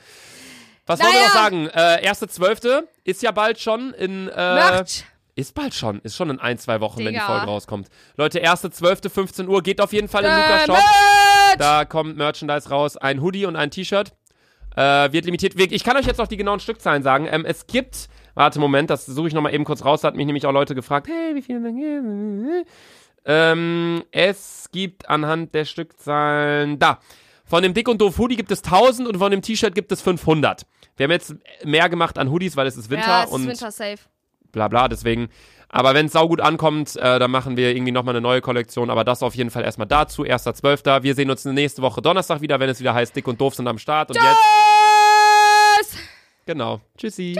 S2: Was wollen wir noch
S1: Naja.
S2: sagen? Äh, erste Zwölfte ist ja bald schon in... Äh,
S1: Merch.
S2: Ist bald schon. Ist schon in ein, zwei Wochen, wenn die
S1: Digga.
S2: Folge rauskommt. Leute, erste Zwölfte, 15 Uhr. Geht auf jeden Fall in den
S1: Äh,
S2: Lukas-Shop.
S1: Merch.
S2: Da kommt Merchandise raus. Ein Hoodie und ein T-Shirt. Äh, wird limitiert. Wir- Ich kann euch jetzt noch die genauen Stückzahlen sagen. Ähm, es gibt. Warte, Moment, das suche ich nochmal eben kurz raus. Da hat mich nämlich auch Leute gefragt, hey, wie viele denn? Ähm, es gibt anhand der Stückzahlen. Da. Von dem Dick und Doof Hoodie gibt es 1000 und von dem T-Shirt gibt es 500. Wir haben jetzt mehr gemacht an Hoodies, weil es ist Winter
S1: ja, es
S2: und
S1: ist Winter safe.
S2: bla bla, deswegen. Aber wenn es saugut ankommt, äh, dann machen wir irgendwie nochmal eine neue Kollektion. Aber das auf jeden Fall erstmal dazu. 1.12. Wir sehen uns nächste Woche Donnerstag wieder, wenn es wieder heißt, dick und doof sind am Start. Und jetzt,
S1: Tschüss.
S2: genau. Tschüssi.